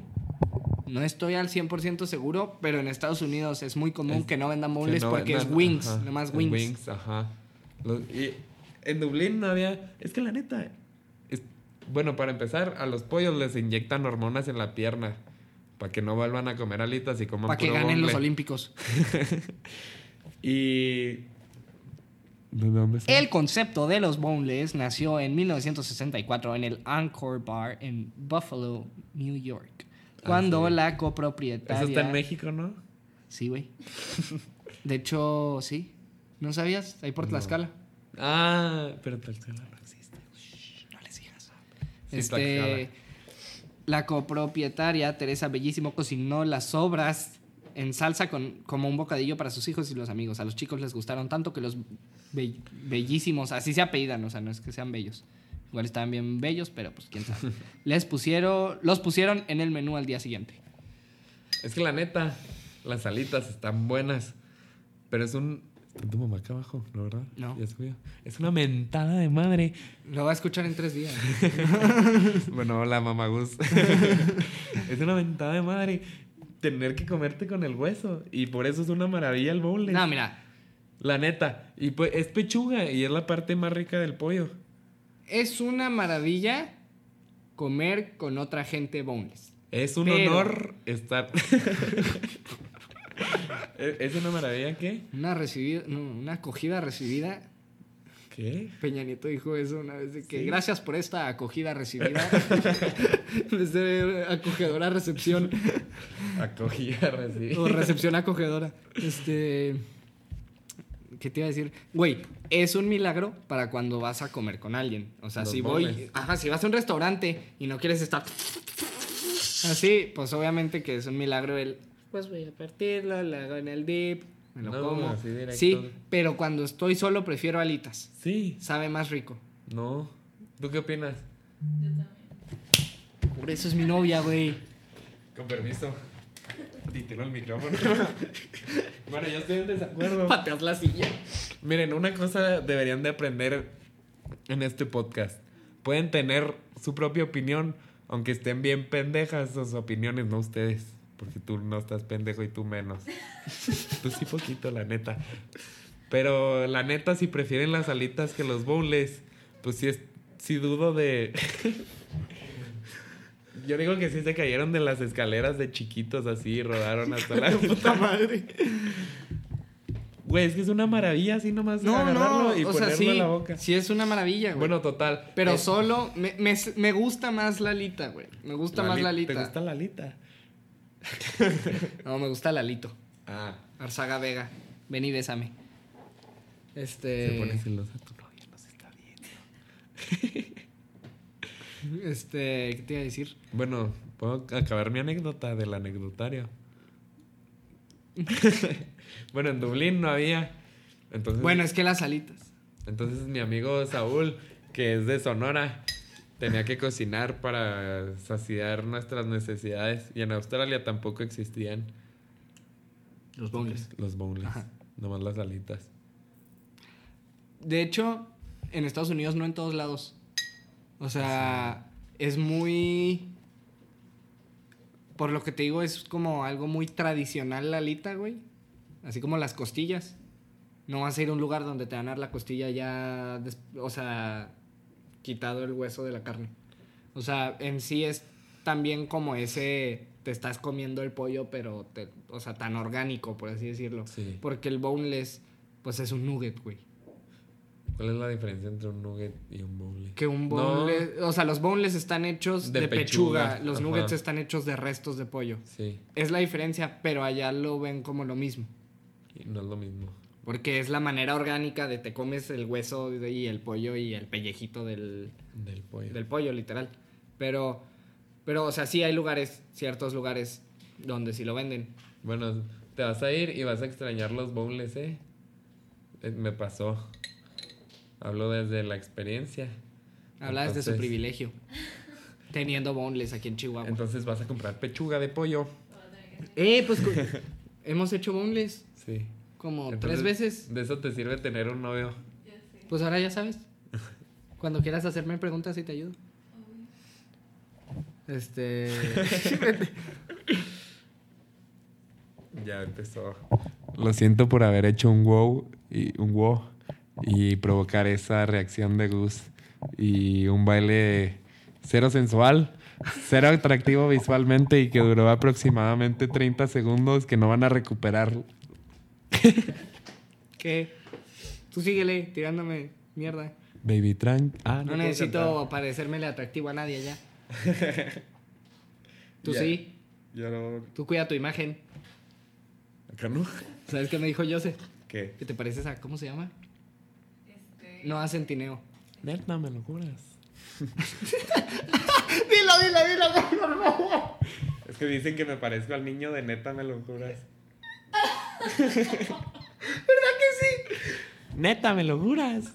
A: No estoy al 100% seguro, pero en Estados Unidos es muy común
B: Es-
A: que no vendan
B: Que
A: boneless
B: no
A: porque es
B: vendan-
A: wings,
B: ajá,
A: nomás
B: es
A: wings.
B: Wings, ajá. Los- y en Dublín no había. Es que la neta. es- bueno, para empezar, a los pollos les inyectan hormonas en la pierna. Para que no vuelvan a comer alitas y coman
A: Para que
B: puro
A: ganen los
B: boneless.
A: Olímpicos.
B: Y. ¿De dónde son?
A: El concepto de los boneless nació en 1964 en el Encore Bar en Buffalo, New York. Cuando
B: Ah, sí.
A: la
B: Eso
A: copropietaria.
B: está en México, ¿no?
A: Sí, güey. De hecho, sí. ¿No sabías? Ahí por Tlaxcala.
B: Ah, pero Tlaxcala no existe.
A: No, les digas.
B: Sí,
A: este,
B: Tlaxcala.
A: la copropietaria Teresa Bellísimo cocinó las obras en salsa con, como un bocadillo para sus hijos y los amigos. A los chicos les gustaron tanto que los be- bellísimos, así se apellidan, o sea, no es que sean bellos. Igual estaban bien bellos, pero pues quién <laughs> sabe. les pusieron, los pusieron en el menú al día siguiente.
B: Es que la neta, las alitas están buenas. Pero es un. Está tu mamá acá abajo, ¿no, verdad?
A: No.
B: Ya subió. Es una mentada de madre.
A: Lo va a escuchar en tres días.
B: Bueno, hola, mamá Gus. <laughs> es una mentada de madre tener que comerte con el hueso. Y por eso es una maravilla el
A: <laughs>
B: bowl.
A: no, mira,
B: La neta. Y pues es pechuga y es la parte más rica del pollo.
A: es una maravilla comer con otra gente boneless.
B: Es un
A: Pero-
B: honor estar. <laughs> ¿Es es una maravilla qué?
A: Una recibida, no, una acogida recibida
B: ¿Qué?
A: Peña Nieto dijo eso una vez de que gracias por esta acogida
B: <laughs>
A: recibida. <laughs> Desde acogedora a recepción
B: Acogida recibí.
A: o recepción a acogedora. Este ¿Qué te iba a decir? Güey, es un milagro para cuando vas a comer con alguien. O sea,
B: Los
A: si voy,
B: boles.
A: ajá, si vas a un restaurante y no quieres estar así, pues obviamente que es un milagro el pues voy a partirlo, lo hago en el dip, me lo
B: No,
A: como.
B: así directo.
A: sí, pero cuando estoy solo prefiero alitas.
B: Sí.
A: Sabe más rico.
B: No. ¿Tú qué opinas?
A: Por eso es mi novia, güey.
B: Con permiso. Titelo el <laughs> micrófono. bueno, yo estoy en desacuerdo.
A: Pateas la silla.
B: Miren, una cosa deberían de aprender en este podcast. Pueden tener su propia opinión, aunque estén bien pendejas sus opiniones, no ustedes. Porque tú no estás pendejo y
A: <laughs>
B: tú menos. tú sí poquito, la neta. Pero la neta, si prefieren las alitas que los bowls, pues sí, es, sí dudo de... <laughs> Yo digo que sí se cayeron de las escaleras de chiquitos así y rodaron hasta la puta madre. Güey, es que es una maravilla así nomás
A: No,
B: agarrarlo
A: no,
B: y
A: o
B: ponerlo
A: sea, sí,
B: en la boca.
A: sí es una maravilla, güey.
B: Bueno, total.
A: pero
B: Eh,
A: solo me, me- me gusta más la alita, güey. Me gusta más
B: li-
A: la alita.
B: ¿Te gusta la alita?
A: No, me gusta la alito.
B: Ah,
A: Arzaga Vega. Ven y bésame. Este
B: te pones celosa tu novia, nos está viendo.
A: este, ¿qué te iba a decir?
B: Bueno, puedo acabar mi anécdota del anecdotario. <laughs> bueno, en Dublín no había. Entonces,
A: Bueno, es que las alitas.
B: entonces mi amigo Saúl, que es de Sonora, tenía que cocinar para saciar nuestras necesidades. Y en Australia tampoco existían
A: Los boneless.
B: los boneless,
A: Ajá.
B: nomás las alitas.
A: De hecho, en Estados Unidos no en todos lados. O sea, es muy... Por lo que te digo, es como algo muy tradicional la alita, güey. Así como las costillas. No vas a ir a un lugar donde te van a dar la costilla ya, des- o sea, quitado el hueso de la carne. O sea, en sí es también como ese, te estás comiendo el pollo, pero, te, o sea, tan orgánico, por así decirlo.
B: Sí.
A: Porque el boneless, pues es un nugget, güey.
B: ¿Cuál es la diferencia entre un nugget y un bowling?
A: Que un
B: No.
A: boneless, o sea, los boneless están hechos de,
B: De
A: pechuga,
B: pechuga,
A: los
B: ajá.
A: nuggets están hechos de restos de pollo.
B: Sí,
A: Es la diferencia, pero allá lo ven como lo mismo.
B: y no es lo mismo.
A: Porque es la manera orgánica de te comes el hueso y el pollo y el pellejito del,
B: Del pollo.
A: del pollo, literal. Pero, pero, o sea, sí hay lugares, ciertos lugares donde sí lo venden.
B: Bueno, te vas a ir y vas a extrañar los bowls, ¿eh? Eh, Me pasó. Hablo desde la experiencia.
A: Hablas de su
B: Entonces-
A: privilegio. Teniendo boneless aquí en Chihuahua.
B: Entonces vas a comprar pechuga de pollo.
A: eh, pues cu- <laughs> hemos hecho boneless
B: Sí.
A: como tres
B: Entonces,
A: veces.
B: De eso te sirve tener un novio.
D: Ya sé.
A: Pues ahora ya sabes. Cuando quieras hacerme preguntas, sí te ayudo. <laughs> Este.
B: Ya empezó. Lo siento por haber hecho un wow y un wow y provocar esa reacción de Gus y un baile cero sensual, cero atractivo visualmente y que duró aproximadamente 30 segundos que no van a recuperar.
A: ¿Qué? Tú síguele tirándome mierda.
B: Baby Trank. Ah,
A: No
B: puedo
A: necesito
B: cantar.
A: parecermele atractivo a nadie <laughs> ya. Tú
B: Ya.
A: sí,
B: Yo no-
A: tú cuida tu imagen.
B: acá no.
A: ¿Sabes qué me dijo Jose?
B: ¿Qué?
A: Que te pareces a. ¿Cómo se llama?
D: Este,
A: No, a Centineo.
B: Neta, me lo juras.
A: Dilo, dilo, dilo, por favor.
B: Es que dicen que me parezco al niño de neta, me lo <laughs> juras.
A: ¿Verdad que sí?
B: Neta, me lo juras.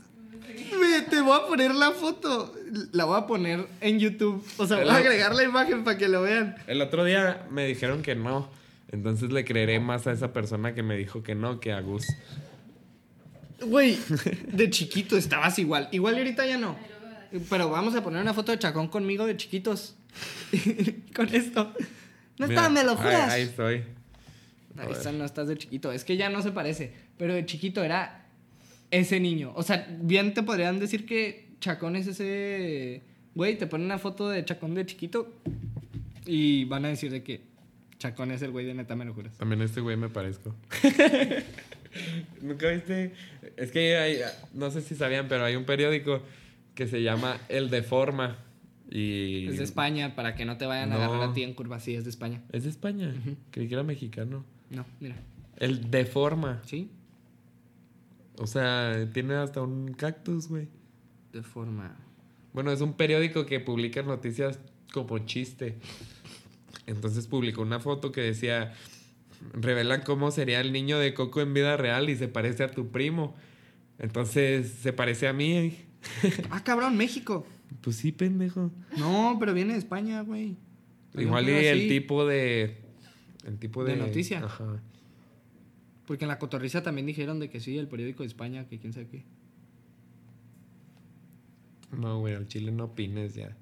A: Me- te voy a poner la foto. La voy a poner en YouTube. O sea, voy a agregar la imagen para que lo vean.
B: El otro día me dijeron que no. Entonces le creeré más a esa persona que me dijo que no que a Gus.
A: Güey,
B: <laughs>
A: de chiquito estabas igual. Igual y ahorita ya no. Pero vamos a poner una foto de Chacón conmigo de chiquitos. <laughs> Con esto. No
B: Mira,
A: está, me lo
B: ahí-
A: juras.
B: Ahí, estoy.
A: Ahí está, no estás de chiquito. Es que ya no se parece. Pero de chiquito era ese niño. O sea, bien te podrían decir que Chacón es ese. Güey, te ponen una foto de Chacón de chiquito y van a decir de que Chacón es el güey de neta, me lo juras.
B: También a este güey me parezco. <laughs> ¿Nunca viste? Es que hay- no sé si sabían, pero hay un periódico que se llama El Deforma. Y...
A: Es de España, para que no te vayan a
B: No.
A: agarrar a ti en curva. Sí, es de España.
B: ¿Es de España? Creí que era mexicano.
A: No, mira.
B: El Deforma.
A: ¿Sí?
B: O sea, tiene hasta un cactus, güey.
A: De forma.
B: Bueno, es un periódico que publica noticias como chiste. Entonces publicó una foto que decía, revelan cómo sería el niño de Coco en vida real y se parece a tu primo. Entonces, se parece a mí.
A: Ah, cabrón, México.
B: Pues sí, pendejo.
A: No, pero viene de España, güey. Pero
B: Igual y
A: no era
B: el
A: así,
B: tipo de... El tipo de...
A: De noticia.
B: Ajá.
A: Porque en la cotorriza también dijeron de que sí, el periódico de España, que quién sabe
B: <laughs>
A: qué.
B: No, güey, al chile no opines ya.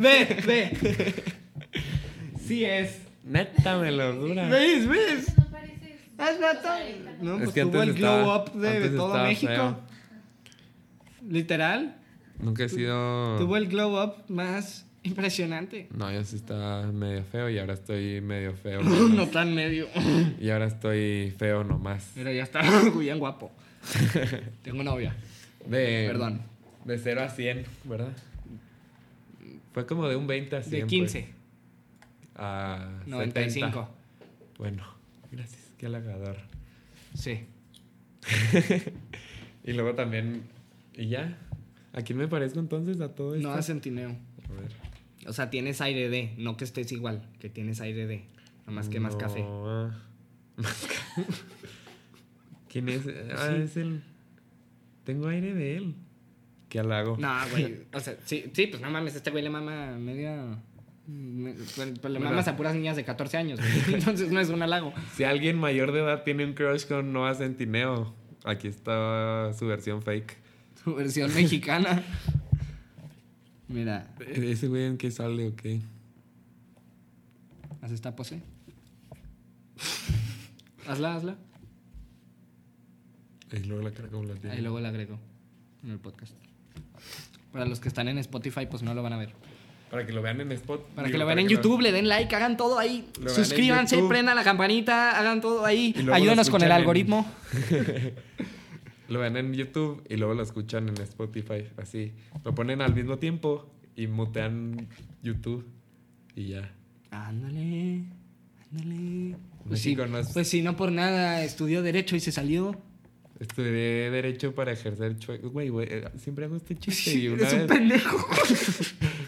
A: Ve, ve. Sí es.
B: Neta, me lo dura.
A: ¿Ves, ves?
D: Ahorita no pareces.
A: Es
D: O
A: nata.
D: sea, ahorita no.
A: No,
B: Es
A: pues
B: que
A: tuvo
B: antes
A: el glow
B: estaba-
A: up de
B: antes
A: todo
B: estaba
A: México.
B: feo.
A: Literal,
B: Nunca he sido...
A: tuvo el glow up más impresionante. <laughs>
B: No, yo sí estaba medio feo y ahora estoy medio
A: <clears throat>
B: feo.
A: no tan medio.
B: Y ahora estoy feo nomás.
A: Pero ya está <laughs> bien guapo. Tengo novia.
B: De,
A: Perdón.
B: De 0 a 100, ¿verdad? Fue como de un 20 a 100.
A: De
B: pues,
A: 15,
B: a
A: 95.
B: 70. Bueno, gracias, qué halagador.
A: Sí.
B: Y luego también. ¿Y ya? ¿A quién me parezco entonces a todo esto?
A: No hace centineo.
B: A ver.
A: O sea, tienes aire de, no que estés igual, que tienes aire de, nomás que más
B: No,
A: café.
B: ah. <laughs> Más ca- <laughs> ¿Quién es? Ah,
A: Sí.
B: es el. Tengo aire de él. Qué halago.
A: No, güey. O sea, sí, sí, pues no mames, este güey le mama media. me- Pues pues le
B: Bueno.
A: mamas a puras niñas de 14 años, güey. <laughs> Entonces no es un halago.
B: Si alguien mayor de edad tiene un crush con Noah Centineo, aquí está su versión fake.
A: Su versión mexicana. Mira,
B: ¿E- ¿Ese güey en qué sale o qué?
A: haz esta pose. Hazla, hazla.
B: Y luego la cara como la tiene.
A: Ahí luego la agrego en el podcast. Para los que están en Spotify, pues no lo van a ver.
B: Para que lo vean en Spot.
A: Para
B: digo,
A: que lo vean en YouTube, le den like, hagan todo ahí.
B: Lo vean en
A: Suscríbanse,
B: YouTube.
A: prendan la campanita, hagan todo ahí.
B: Y luego lo
A: Ayúdenos con el
B: escuchan en-
A: algoritmo.
B: Lo vean en YouTube y luego lo escuchan en Spotify. Así. Lo ponen al mismo tiempo y mutean YouTube. Y ya.
A: Ándale, ándale. Pues sí,
B: México no es-
A: pues sí, no por nada estudió Derecho y se salió.
B: Estudié Derecho para ejercer chue- Güey, güey, eh, siempre
A: <laughs>
B: hago este chiste. y una
A: es un
B: vez-
A: pendejo.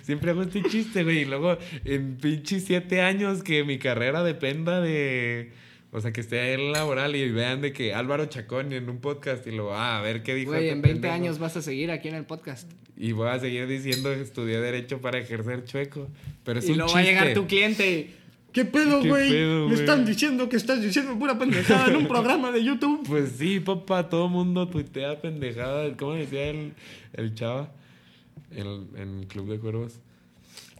B: Siempre hago este chiste, güey. Y luego, en pinche siete años, que mi carrera dependa de. O sea, que esté en laboral y vean de que Álvaro Chacón en un podcast y lo, ah, a ver qué dijo.
A: Güey,
B: este
A: en 20
B: pendejo.
A: años vas a seguir aquí en el podcast.
B: Y voy a seguir diciendo que estudié Derecho para ejercer chueco. Pero es
A: y
B: un
A: luego
B: chiste.
A: va a llegar tu cliente. ¿Qué pedo,
B: ¿Qué
A: güey?
B: pedo,
A: Me
B: güey?
A: están diciendo que estás diciendo pura pendejada en un programa de YouTube.
B: Pues sí, papá, todo mundo tuitea pendejada. ¿Cómo decía el, el chava? En, en el Club de Cuervos.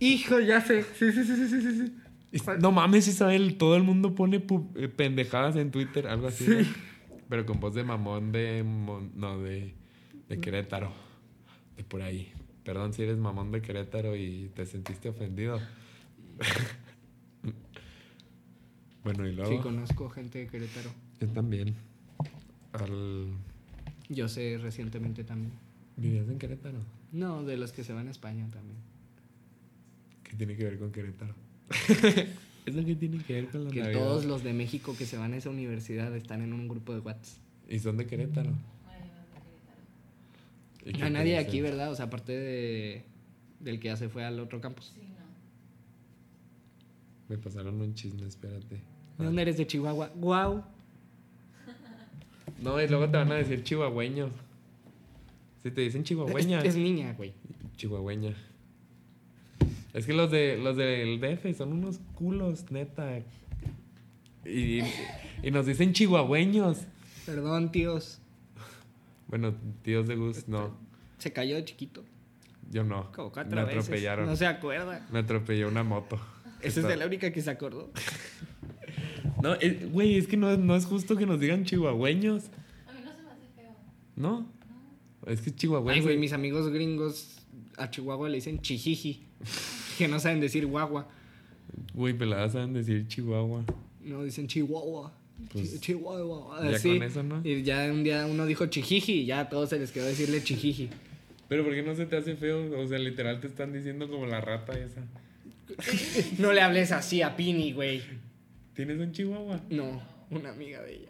A: Hijo, ya sé. Sí, sí, sí, sí, sí, sí, sí.
B: Es- <laughs> No mames, Isabel, todo el mundo pone pu- eh, pendejadas en Twitter, algo así. ¿no? Pero con voz de mamón de. mon- no, de, de Querétaro. De por ahí. Perdón si eres mamón de Querétaro y te sentiste ofendido. <laughs> bueno, y luego.
A: Sí, conozco gente de Querétaro.
B: Yo también. Al...
A: Yo sé recientemente también.
B: ¿Vivías en Querétaro?
A: No, de los que se van a España también.
B: ¿Qué tiene que ver con <laughs> Querétaro? Eso que tiene que ver con la
A: Que
B: Navidad.
A: todos los de México que se van a esa universidad están en un grupo de WhatsApp.
B: ¿Y son de Querétaro? ¿Y
A: No
B: qué
A: hay nadie
B: te
A: aquí,
B: dicen?
A: ¿verdad? O sea, aparte de, del que ya se fue al otro campus.
D: Sí, no.
B: Me pasaron un chisme, espérate.
A: ¿De dónde eres? ¿De Chihuahua? ¡Guau!
B: No, y luego te van a decir chihuahueño. Si te dicen
A: Es,
B: chihuahueña,
A: es niña, güey.
B: chihuahueña. Es que los de los del DF son unos culos, neta. Y, y nos dicen chihuahueños.
A: Perdón, tíos.
B: Bueno, tíos de Gus, no.
A: Se cayó de chiquito.
B: Yo no.
A: Como cuatro
B: Me
A: veces.
B: atropellaron.
A: No se acuerda.
B: Me atropelló una moto.
A: Esa es de la única que se acordó.
B: No, es- güey, es que no, no es justo que nos digan chihuahueños,
D: A mí no se me hace feo.
B: ¿no? Es que es chihuahueño.
A: Ay, güey, mis amigos gringos a Chihuahua le dicen chijiji. Que no saben decir guagua.
B: Güey, peladas saben decir chihuahua.
A: No, dicen chihuahua.
B: Pues,
A: Chi- Chihuahua.
B: ya
A: así.
B: con eso, ¿no?
A: Y ya un día uno dijo chijiji y ya a todos se les quedó decirle chijiji.
B: Pero ¿por qué no se te hace feo? O sea, literal te están diciendo como la rata esa.
A: No le hables así a Pini, güey.
B: ¿Tienes un chihuahua?
A: No, una amiga de ella.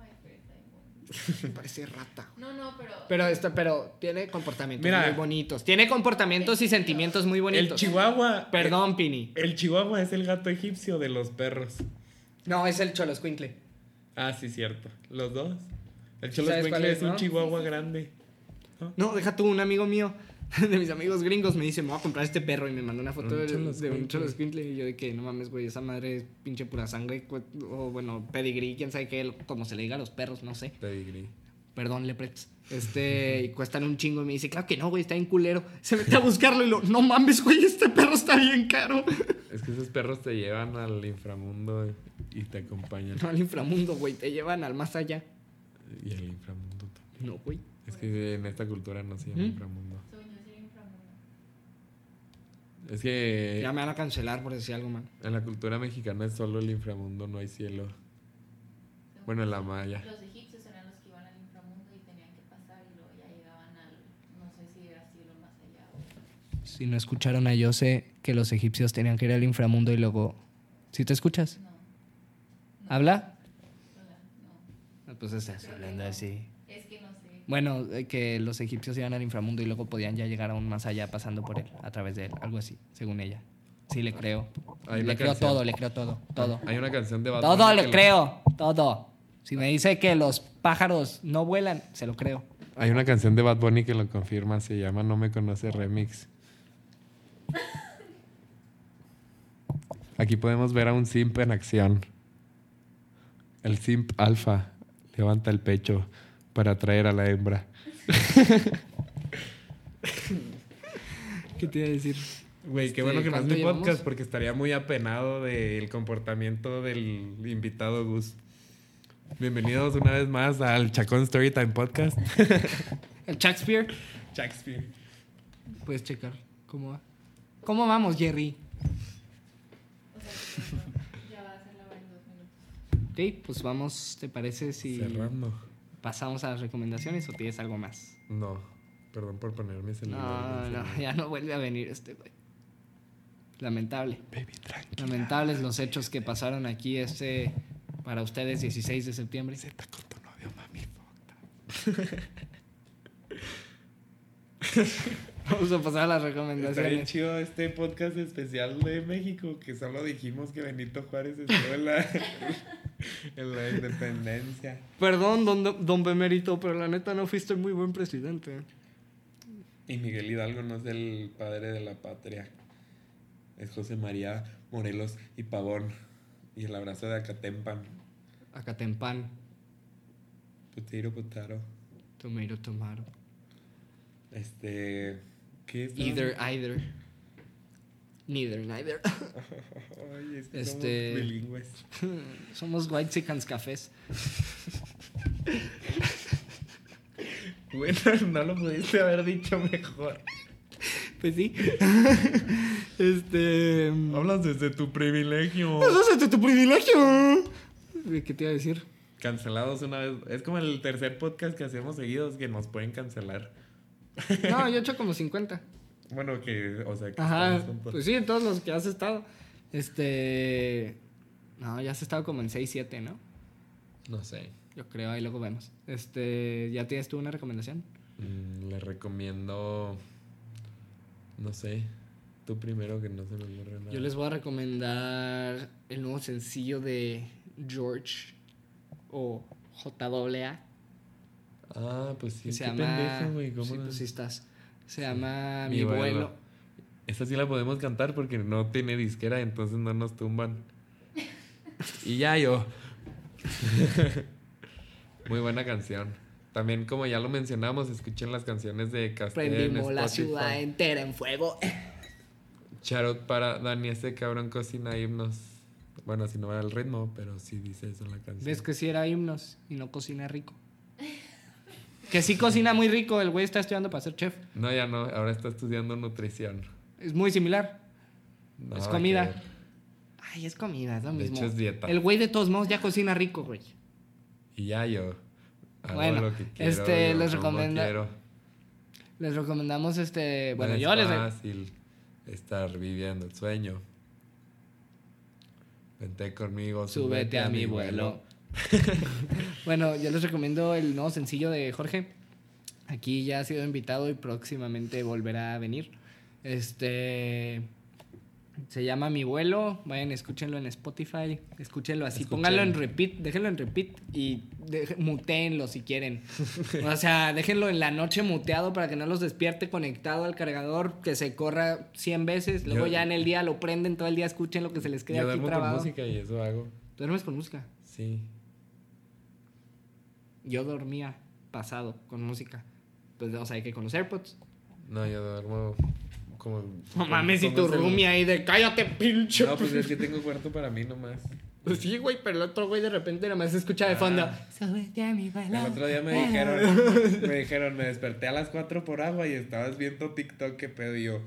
D: Ay, pero está bien bueno.
A: Parece rata. güey.
D: No, no, pero.
A: Pero, esto, pero tiene comportamientos
B: Mira.
A: muy bonitos. Tiene comportamientos y sentimientos muy bonitos.
B: El chihuahua. eh,
A: Perdón, Pini.
B: El, el chihuahua es el gato egipcio de los perros.
A: No, es el Choloscuincle.
B: Ah, sí, cierto. ¿Los dos? El
A: ¿Sí
B: cholo
A: sabes cuál es,
B: es un
A: no?
B: chihuahua grande.
A: No, deja tú, un amigo mío <laughs> de mis amigos gringos me dice, me voy a comprar este perro y me mandó una foto
B: Un
A: de, de
B: Choloscuincle.
A: un Choloscuincle y yo de que, no mames, güey, esa madre es pinche pura sangre cu- o bueno, pedigrí, quién sabe qué, como se le diga a los perros, no sé.
B: Pedigrí.
A: Perdón, Leprex. Este, y cuestan un chingo. Y me dice, claro que no, güey, está bien culero. Se mete a buscarlo y lo, no mames, güey, este perro está bien caro. <laughs>
B: Es que esos perros te llevan al inframundo eh, y
A: <laughs>
B: te acompañan.
A: No al inframundo, güey, te llevan al más allá.
B: Y al inframundo también.
A: No, güey.
B: Es que en esta cultura no se llama
A: ¿Mm?
B: inframundo.
D: Según yo sería inframundo.
B: Es que
A: Ya me van a cancelar por decir algo mal.
B: en la cultura mexicana es solo el inframundo, no hay cielo.
D: Según
B: Bueno, en la
D: yo,
B: maya.
D: Los egipcios eran los que iban al inframundo y tenían que pasar y luego ya llegaban al. No sé si era cielo más allá o.
A: Si no escucharon a Yose que los egipcios tenían que ir al inframundo y luego. ¿Si te escuchas?
D: No.
A: ¿Habla?
D: Hola, no.
A: Pues estás hablando así.
D: Es que no sé.
A: Bueno, eh, que los egipcios iban al inframundo y luego podían ya llegar aún más allá pasando por él, a través de él, algo así, según ella. Sí, le creo.
B: Hay una
A: le creo
B: canción.
A: todo, le creo todo, todo.
B: Hay una canción de Bad
A: Todo
B: Bunny que
A: le
B: lo-
A: creo, todo. Si me dice que los pájaros no vuelan, se lo creo.
B: Hay una canción de Bad Bunny que lo confirma, se llama No me conoce remix. Aquí podemos ver a un simp en acción. El simp alfa levanta el pecho para atraer a la hembra.
A: ¿Qué te iba a decir?
B: Güey, qué
A: Este,
B: bueno que no es
A: ¿cuánto
B: mi
A: llevamos?
B: podcast porque estaría muy apenado del comportamiento del invitado Gus. Bienvenidos una vez más al Chacón Storytime Podcast.
A: El Shakespeare.
B: Shakespeare.
A: Puedes checar cómo va. ¿Cómo vamos, Jerry?
D: O sea,
B: <laughs>
D: ya va a ser la hora en dos minutos.
A: Ok, pues vamos, ¿te parece si
B: Cerrando.
A: pasamos a las recomendaciones o tienes algo más?
B: No, perdón por ponerme ese
A: No, no, ya no vuelve a venir este güey. Lamentable.
B: Baby, tranqui.
A: Lamentables los hechos que pasaron aquí este, para ustedes, 16 de septiembre.
B: Está con tu novio, mami.
A: Vamos a pasar a las
B: Está bien
A: recomendaciones.
B: chido este podcast especial de México, que solo dijimos que Benito Juárez estuvo en la, <laughs> en la independencia.
A: Perdón, don, don Bemerito, pero la neta no fuiste muy buen presidente.
B: Y Miguel Hidalgo no es el padre de la patria. Es José María Morelos y Pavón. Y el abrazo de Acatempan.
A: Acatempan,
B: Putero, putaro.
A: tomero, tomaro.
B: Este. ¿Qué es?
A: Either, either. Neither, <laughs> neither.
B: Ay, es que
A: Este-
B: somos bilingües.
A: Somos white chickens cafés.
B: Bueno, <laughs> no lo pudiste haber dicho mejor.
A: Pues sí. este.
B: Hablas desde
A: <laughs>
B: tu privilegio.
A: ¡Hazte tu privilegio! ¿Qué te iba a decir?
B: Cancelados una vez. Es como el tercer podcast que hacemos seguidos que nos pueden cancelar.
A: No, yo he hecho como 50.
B: Bueno, que. O sea, que
A: Ajá.
B: estamos juntos.
A: Pues sí, en todos los que has estado. Este. No, ya has estado como en 6, 7, ¿no?
B: No sé.
A: Yo creo, ahí luego vemos. Este. ¿Ya tienes tú una recomendación?
B: Mm, le recomiendo. No sé. Tú primero que no se me ocurre nada.
A: Yo les voy a recomendar el nuevo sencillo de George o JWA.
B: Ah, pues sí.
A: que se
B: qué
A: llama.
B: pendejo, güey. ¿Cómo
A: sí,
B: no?
A: pues sí estás. Se llama
B: Mi
A: Mi, vuelo.
B: vuelo. Esta sí la podemos cantar porque no tiene disquera, entonces no nos tumban. Y ya yo. <laughs> Muy buena canción. También, como ya lo mencionamos, escuchen las canciones de Castel. en
A: Prendimos la
B: Spotify.
A: ciudad entera en fuego.
B: Charot para Dani, este cabrón cocina himnos. Bueno, si no va al ritmo, pero sí dice eso en la canción.
A: ¿Ves que si era himnos y no cocina rico?
B: <laughs>
A: Que sí cocina muy rico, el güey está estudiando para ser chef.
B: No, ya no, ahora está estudiando nutrición.
A: Es muy similar.
B: No,
A: Es
B: hay
A: comida.
B: que ver.
A: Ay, es comida, es lo
B: De
A: mismo.
B: hecho, es dieta.
A: El güey de todos modos ya cocina rico, güey.
B: Y ya yo. Hago
A: Bueno,
B: lo que quiero,
A: este,
B: yo
A: les
B: como
A: recomiendo-
B: quiero.
A: Les recomendamos este. Bueno,
B: No
A: yo
B: es
A: les. re-
B: fácil estar viviendo el sueño. Vente conmigo,
A: Súbete a mi vuelo. <laughs> bueno, yo les recomiendo el nuevo sencillo de Jorge. Aquí ya ha sido invitado y próximamente volverá a venir. Este se llama Mi vuelo. Vayan, escúchenlo en Spotify. Escúchenlo así.
B: Escúchenlo.
A: Pónganlo en repeat. Déjenlo en repeat y deje- mutéenlo si quieren. o sea, déjenlo en la noche muteado para que no los despierte conectado al cargador. Que se corra 100 veces. Luego
B: Yo-
A: ya en el día lo prenden todo el día. Escuchen lo que se les quede
B: Yo
A: aquí
B: duermo con
A: trabado.
B: música y eso hago.
A: Duermes con música.
B: Sí.
A: Yo dormía pasado con música. Pues, o sea, que con los AirPods.
B: No, yo duermo como.
A: No mames, si
B: como
A: tu
B: ese-
A: roomie ahí de cállate, pinche.
B: No, pues es que tengo cuarto para mí nomás.
A: Pues sí, güey, pero el otro güey de repente nomás se escucha de fondo.
B: Ah.
A: Súbete a mi
B: El
A: balón.
B: otro día me dijeron, me dijeron, me desperté a las 4 por agua y estabas viendo TikTok, qué pedo. Y yo,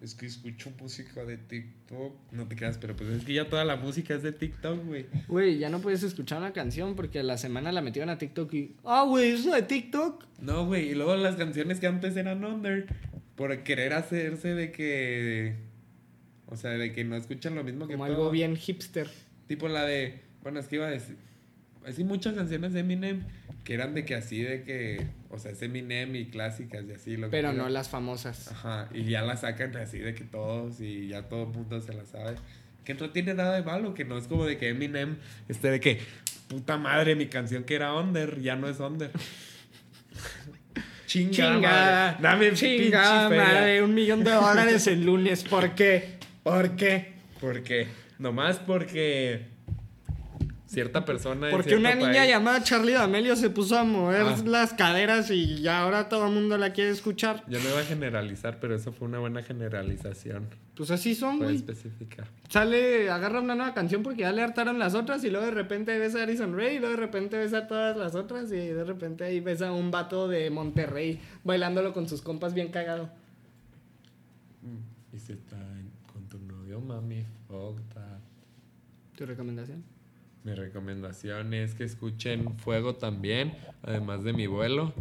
B: es que escucho música de TikTok. No te creas, pero pues es que ya toda la música es de TikTok, güey.
A: Güey, ya no puedes escuchar una canción porque a la semana la metieron a TikTok y. ¡Ah, güey, eso de TikTok!
B: No, güey, y luego las canciones que antes eran under, por querer hacerse de que... O sea, de que no escuchan lo mismo que
A: Como
B: todo.
A: algo bien hipster.
B: Tipo la de... Bueno, es que iba a decir... Así muchas canciones de Eminem que eran de que así, de que... O sea, es Eminem y clásicas y así. Lo que
A: Pero
B: quiera.
A: no las famosas.
B: Ajá, y ya las sacan así de que todos y ya todo el mundo se la sabe. Que no tiene nada de malo, que no es como de que Eminem esté de que... Puta madre, mi canción que era under, ya no es under. Chinga,
A: Chinga,
B: madre. Dame
A: chinga,
B: pinche feria.
A: madre, un millón de dólares el lunes, ¿por qué?
B: ¿Por qué? Porque, nomás porque cierta persona. en
A: Porque
B: cierto
A: una niña
B: país.
A: llamada Charlie D'Amelio se puso a mover
B: Ah.
A: las caderas y ya ahora todo el mundo la quiere escuchar.
B: Yo no iba a generalizar, pero eso fue una buena generalización.
A: Pues así son,
B: Fue
A: güey.
B: específica.
A: Sale, agarra una nueva canción porque ya le hartaron las otras y luego de repente ves a Addison Ray y luego de repente ves a todas las otras y de repente ahí ves a un vato de Monterrey bailándolo con sus compas bien cagado.
B: Y si está en- con tu novio, mami, fuck that.
A: ¿Tu recomendación?
B: Mi recomendación es que escuchen Fuego también, además de Mi Vuelo.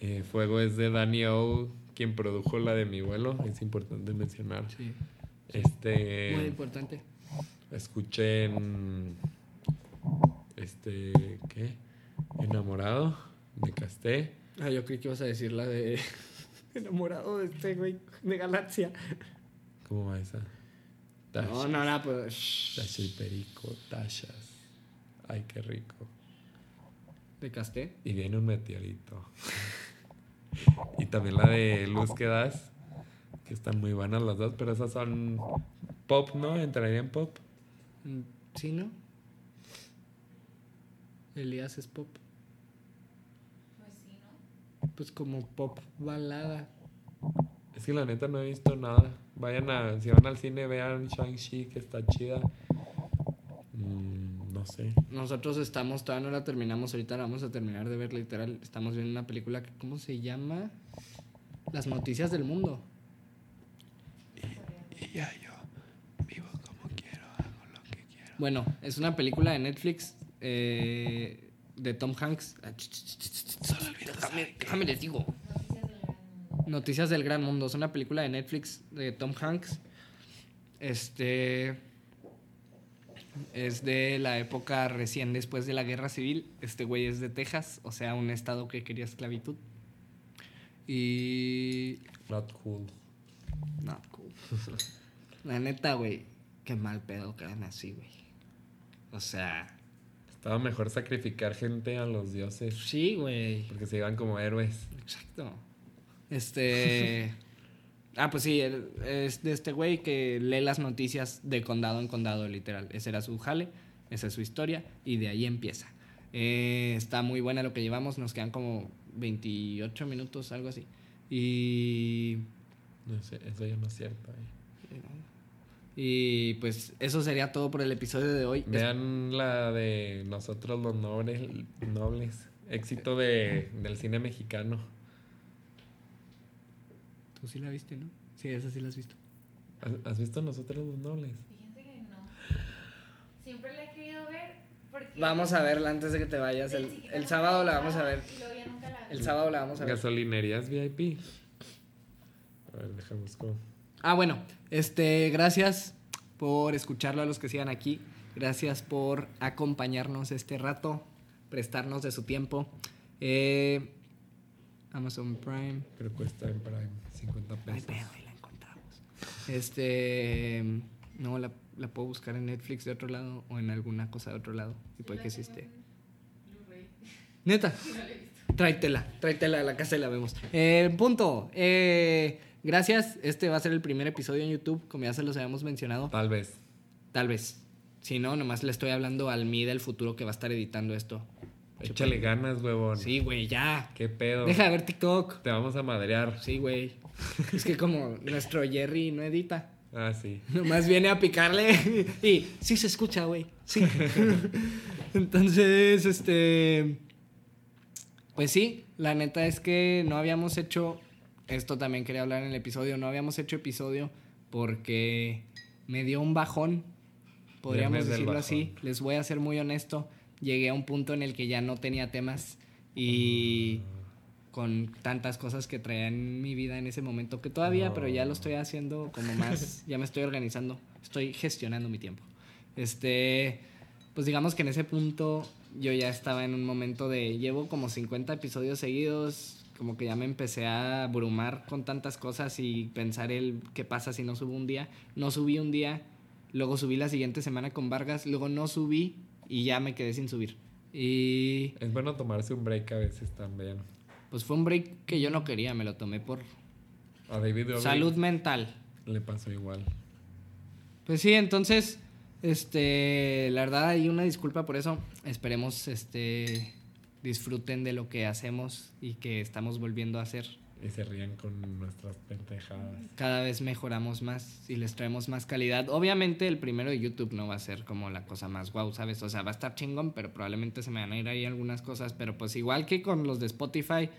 B: Eh, Fuego es de Danny O, quien produjo la de Mi Vuelo, es importante mencionar.
A: Sí,
B: Este,
A: muy importante.
B: escuchen este ¿qué? Enamorado de Casté.
A: Ah, yo creí que ibas a decir la de <laughs> enamorado de este güey de Galaxia.
B: ¿Cómo va esa? Tachas,
A: No, no, no, pues... shh.
B: Tasha y Perico, tachas. Ay, qué rico.
A: ¿De Casté?
B: Y viene un meteorito. y también la de Luz que das, que están muy buenas las dos, pero esas son pop, ¿no? Entraría en pop.
A: Mm, ¿Sí, no? Elías es pop.
D: Pues sí, ¿no?
A: Pues como pop balada.
B: Es que la neta no he visto nada. Vayan a, si van al cine, vean Shang-Chi, que está chida. Mm, no sé.
A: Nosotros estamos, todavía no la terminamos, ahorita la vamos a terminar de ver literal. Estamos viendo una película que, ¿cómo se llama? Las noticias del mundo.
B: Y ya yo vivo como quiero, hago lo que quiero.
A: Bueno, es una película de Netflix eh, de Tom Hanks. Ah, ch, ch, ch, ch, ch, Déjame, déjame les digo.
D: Noticias del gran mundo.
A: Noticias del Gran Mundo. Es una película de Netflix de Tom Hanks. Este. Es de la época recién después de la guerra civil. Este güey es de Texas, o sea, un estado que quería esclavitud. Y.
B: Not cool.
A: <laughs> No, cool. La neta, güey. Qué mal pedo que eran así, güey. O sea.
B: Estaba mejor sacrificar gente a los dioses,
A: Sí, güey.
B: porque se iban como héroes.
A: Exacto. Este. <laughs> ah, pues sí, el- es de este güey que lee las noticias de condado en condado, literal. Ese era su jale, esa es su historia, y de ahí empieza. Eh, está muy buena lo que llevamos, nos quedan como 28 minutos, algo así. Y.
B: No sé, eso ya no es cierto. eh.
A: Y pues eso sería todo por el episodio de hoy.
B: Vean la de Nosotros los Nobles, nobles éxito de, del cine mexicano.
A: Es- Tú sí la viste, ¿no? Sí, esa sí la has visto.
B: ¿Has, has visto Nosotros los Nobles?
D: Fíjense que no. Siempre la he querido ver porque...
A: Vamos a verla antes de que te vayas.
D: desde
A: Ah, El,
D: chiquita
A: el
D: nunca
A: sábado la
D: vi,
A: vamos a ver.
D: y luego ya nunca la vi.
A: El sábado la vamos a ver.
B: Gasolinerías VIP. A ver, déjame buscar.
A: Ah, bueno, este, gracias por escucharlo a los que sigan aquí. Gracias por acompañarnos este rato, prestarnos de su tiempo. Eh, Amazon Prime.
B: Pero cuesta en Prime 50
A: No hay
B: pesos.
A: pedo, ahí la encontramos. Este, no, la, la puedo buscar en Netflix de otro lado o en alguna cosa de otro lado. Y puede que sí esté. Neta. Tráetela, tráetela a la casa y la vemos. Eh, punto. Eh, gracias. Este va a ser el primer episodio en YouTube, como ya se los habíamos mencionado.
B: Tal vez.
A: Tal vez. Si no, nomás le estoy hablando al mí del futuro que va a estar editando esto.
B: Échale ganas, huevón.
A: Sí, güey, ya.
B: ¿Qué pedo?
A: Deja de ver TikTok.
B: Te vamos a madrear.
A: Sí, güey. Es que como nuestro Jerry no edita.
B: Ah, sí.
A: Nomás viene a picarle <laughs> y sí se escucha, güey. Sí.
B: <laughs>
A: Entonces, este. Pues sí, la neta es que no habíamos hecho. Esto también quería hablar en el episodio. No habíamos hecho episodio porque me dio un bajón. Podríamos
B: Viernes del
A: decirlo
B: bajón.
A: así. Les voy a ser muy honesto. Llegué a un punto en el que ya no tenía temas. Y con tantas cosas que traía en mi vida en ese momento, que todavía, pero ya lo estoy haciendo como más, ya me estoy organizando, estoy gestionando mi tiempo. Este, pues digamos que en ese punto yo ya estaba en un momento de, llevo como 50 episodios seguidos, como que ya me empecé a abrumar con tantas cosas y pensar el qué pasa si no subo un día. No subí un día, luego subí la siguiente semana con Vargas, luego no subí y ya me quedé sin subir. Y
B: Es bueno tomarse un break a veces también.
A: pues fue un break que yo no quería, me lo tomé por
B: A David Dobrik
A: salud mental.
B: le pasó igual.
A: Pues sí, entonces, Este, la verdad hay una disculpa por eso. Esperemos este disfruten de lo que hacemos y que estamos volviendo a hacer.
B: Y se rían con nuestras pendejadas.
A: Cada vez mejoramos más y les traemos más calidad. Obviamente el primero de YouTube no va a ser como la cosa más guau, ¿sabes? O sea, va a estar chingón, pero probablemente se me van a ir ahí algunas cosas. Pero pues igual que con los de Spotify,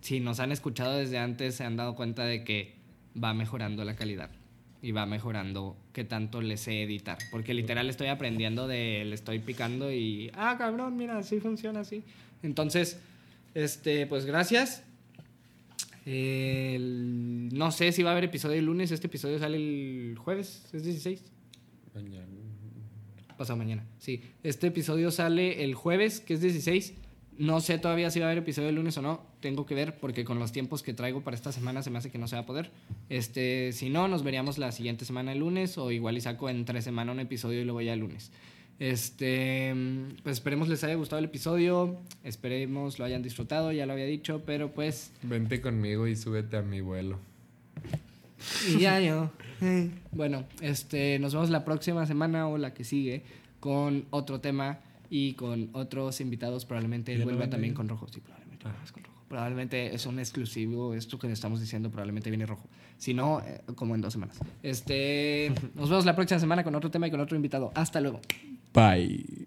A: si nos han escuchado desde antes, se han dado cuenta de que va mejorando la calidad y va mejorando qué tanto le sé editar. Porque literal estoy aprendiendo de, le estoy picando y, ah, cabrón, mira, así funciona así. Entonces, este, pues gracias. El- no sé si va a haber episodio el lunes, este episodio sale el jueves, es 16.
B: Mañana.
A: Pasado mañana, sí. Este episodio sale el jueves, que es 16. No sé todavía si va a haber episodio el lunes o no. Tengo que ver porque con los tiempos que traigo para esta semana se me hace que no se va a poder. Este, si no, nos veríamos la siguiente semana el lunes o igual y saco entre semana un episodio y luego ya el lunes. Este, mm, pues esperemos les haya gustado el episodio. Esperemos lo hayan disfrutado, ya lo había dicho, pero pues
B: Vente conmigo y súbete a mi vuelo.
A: Y ya yo. Eh. Bueno, este, nos vemos la próxima semana o la que sigue con otro tema y con otros invitados. Probablemente él
B: ¿Ya no
A: vuelva
B: van a
A: también
B: ir?
A: con rojo. Sí, probablemente vuelvas con rojo. Probablemente es un exclusivo. Esto que le estamos diciendo probablemente viene rojo. Si no, eh, como en dos semanas. Este, nos vemos la próxima semana con otro tema y con otro invitado. Hasta luego.
B: Bye.